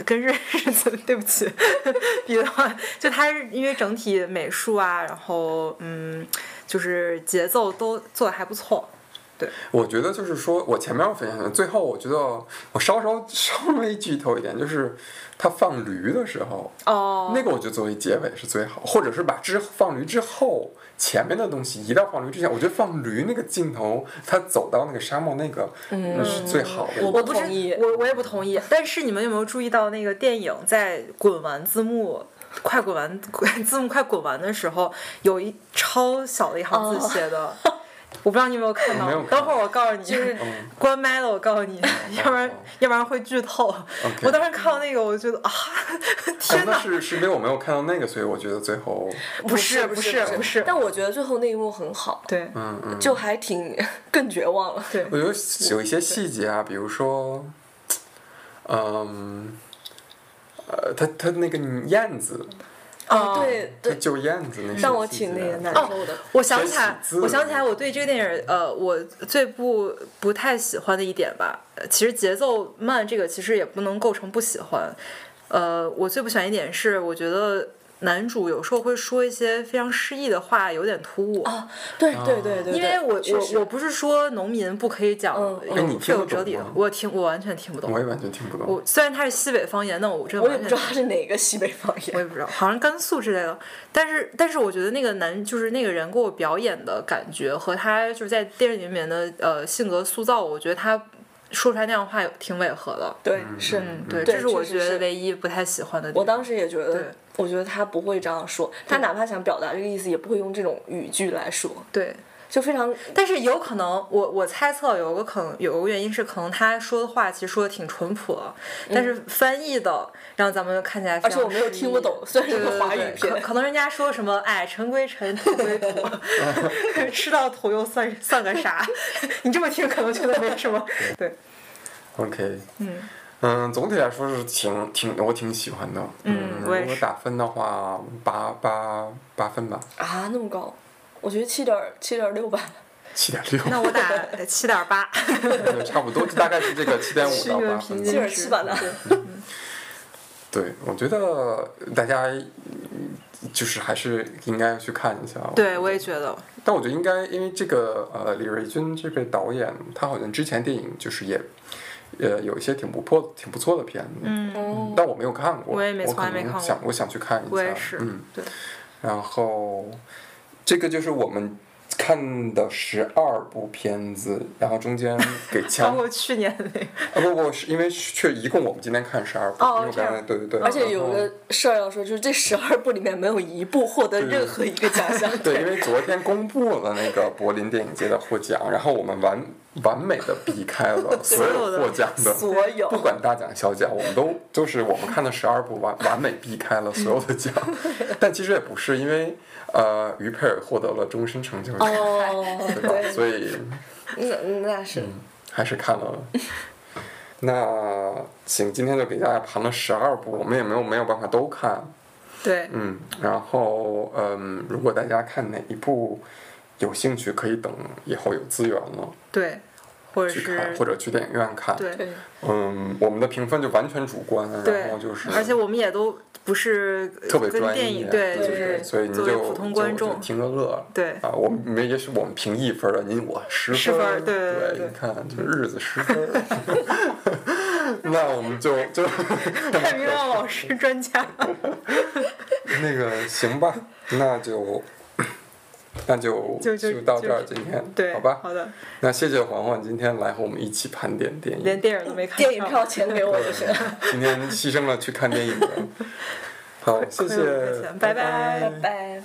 跟日 日子对不起 比的话，就它是因为整体美术啊，然后嗯，就是节奏都做的还不错。我觉得就是说，我前面我分享的，最后我觉得我稍稍稍微剧透一点，就是他放驴的时候，哦那个我觉得作为结尾是最好，或者是把之放驴之后前面的东西移到放驴之前，我觉得放驴那个镜头，他走到那个沙漠那个，那是最好的。嗯我我不不是同意我我也不同意。但是你们有没有注意到那个电影在滚完字幕？快滚完， 滚字幕快滚完的时候，有一超小的一行哦字写的我不知道你有没有看到。我没有看嗯等会儿我告诉你，就是关麦了，我告诉你，哦要不然要不然会剧透。我当时看到那个，我觉得啊， 哎天那哪！是是因为我没有看到那个，所以我觉得最后，不是不不是不是但我觉得最后那一幕很好，对嗯嗯，就还挺 更绝望了。对我觉得有一些细节啊，比如说，嗯，呃，他他那个燕子，啊 哦对他对，救燕子那些让我细挺那节啊个难哦受的。我想起学来习字，我想起来，我对这个电影，呃，我最不不太喜欢的一点吧，呃其实节奏慢这个其实也不能构成不喜欢。呃，我最不喜欢一点是，我觉得男主有时候会说一些非常诗意的话，有点突兀。啊，对对对对，因为我确实我我不是说农民不可以讲嗯嗯哎你富听得有哲理的懂吗，我听我完全听不我懂。也完全听不懂。我虽然他是西北方言，但我真的我完也全不知道他是哪个西北方我言。也不知道，好像甘肃之类的。但是，但是我觉得那个男就是那个人给我表演的感觉和他就是在电影里面的呃性格塑造，我觉得他说出来那样的话有挺违和的。对，是，嗯，对，对这是我确实觉是得唯一不太喜欢的地方。我当时也觉对得，我觉得他不会这样说，他哪怕想表达这个意思，也不会用这种语句来说。对，就非常但是有可能，我我猜测有个可能有个原因是，可能他说的话其实说的挺淳朴的，但是翻译的让咱们看起来非嗯而常且我没有诗意听不懂虽然是个对对对华语对片可可能人家说什么哎尘归 尘，土归土，吃到土又算算个啥？ 你这么听可能觉得没什么，对， OK，嗯总体来说是挺挺我挺喜欢的。嗯我也如果是打分的话，八八八分吧，啊那么高，我觉得七点七点六吧。七点六，那我打七点八，差不多，就大概是这个七点五是到一个八嗯分平均吧。七点值七吧那对对，我觉得大家嗯就是还是应该去看一下。哦对，我也觉得，但我觉得应该，因为这个呃，李瑞军这位导演，他好像之前电影就是也，呃，有一些挺不错、挺不错的片子，嗯，哦，但我没有看过，我也没从可来没能看想我想去看一下，我也是嗯，对，然后这个就是我们看的十二部片子，然后中间 给包枪哦括去年的那个。啊不不，是因为却一共我们今天看十二部，哦因为我这刚样才对对对，而且然有嗯后个事儿要说，就是这十二部里面没有一部获得任何一个奖项。对，因为昨天公布了那个柏林电影节的获奖，然后我们完完美的避开 了所有获奖的，所有不管大奖小奖，我们都就是我们看的十二部完完美避开了所有的 奖，但其实也不是，因为呃，于佩尔获得了终身成就奖， 哦，对吧？所以那那是嗯还是看了。 那行，今天就给大家盘了十二部，我们也没有没有办法都看，对，嗯，然后嗯，如果大家看哪一部有兴趣，可以等以后有资源了对，或者去看，是或者去电影院看。对对，嗯，我们的评分就完全主观，对然后就是，而且我们也都不是特别跟专业，电影对就对是所以您作就为普通观就就众，听个乐儿。对啊，我们没也许我们评一分了，您我十十分儿对对对对你看这日子十分儿。 那我们就就看明亮老师专家， 那个行吧，那就那就就就到这儿，就今天对，好吧，的，那谢谢环环今天来和我们一起盘点电影，连电影都没看电影票上，钱给我就是。今 天牺牲了去看电影的。好，谢亏了我的谢钱，拜拜拜拜。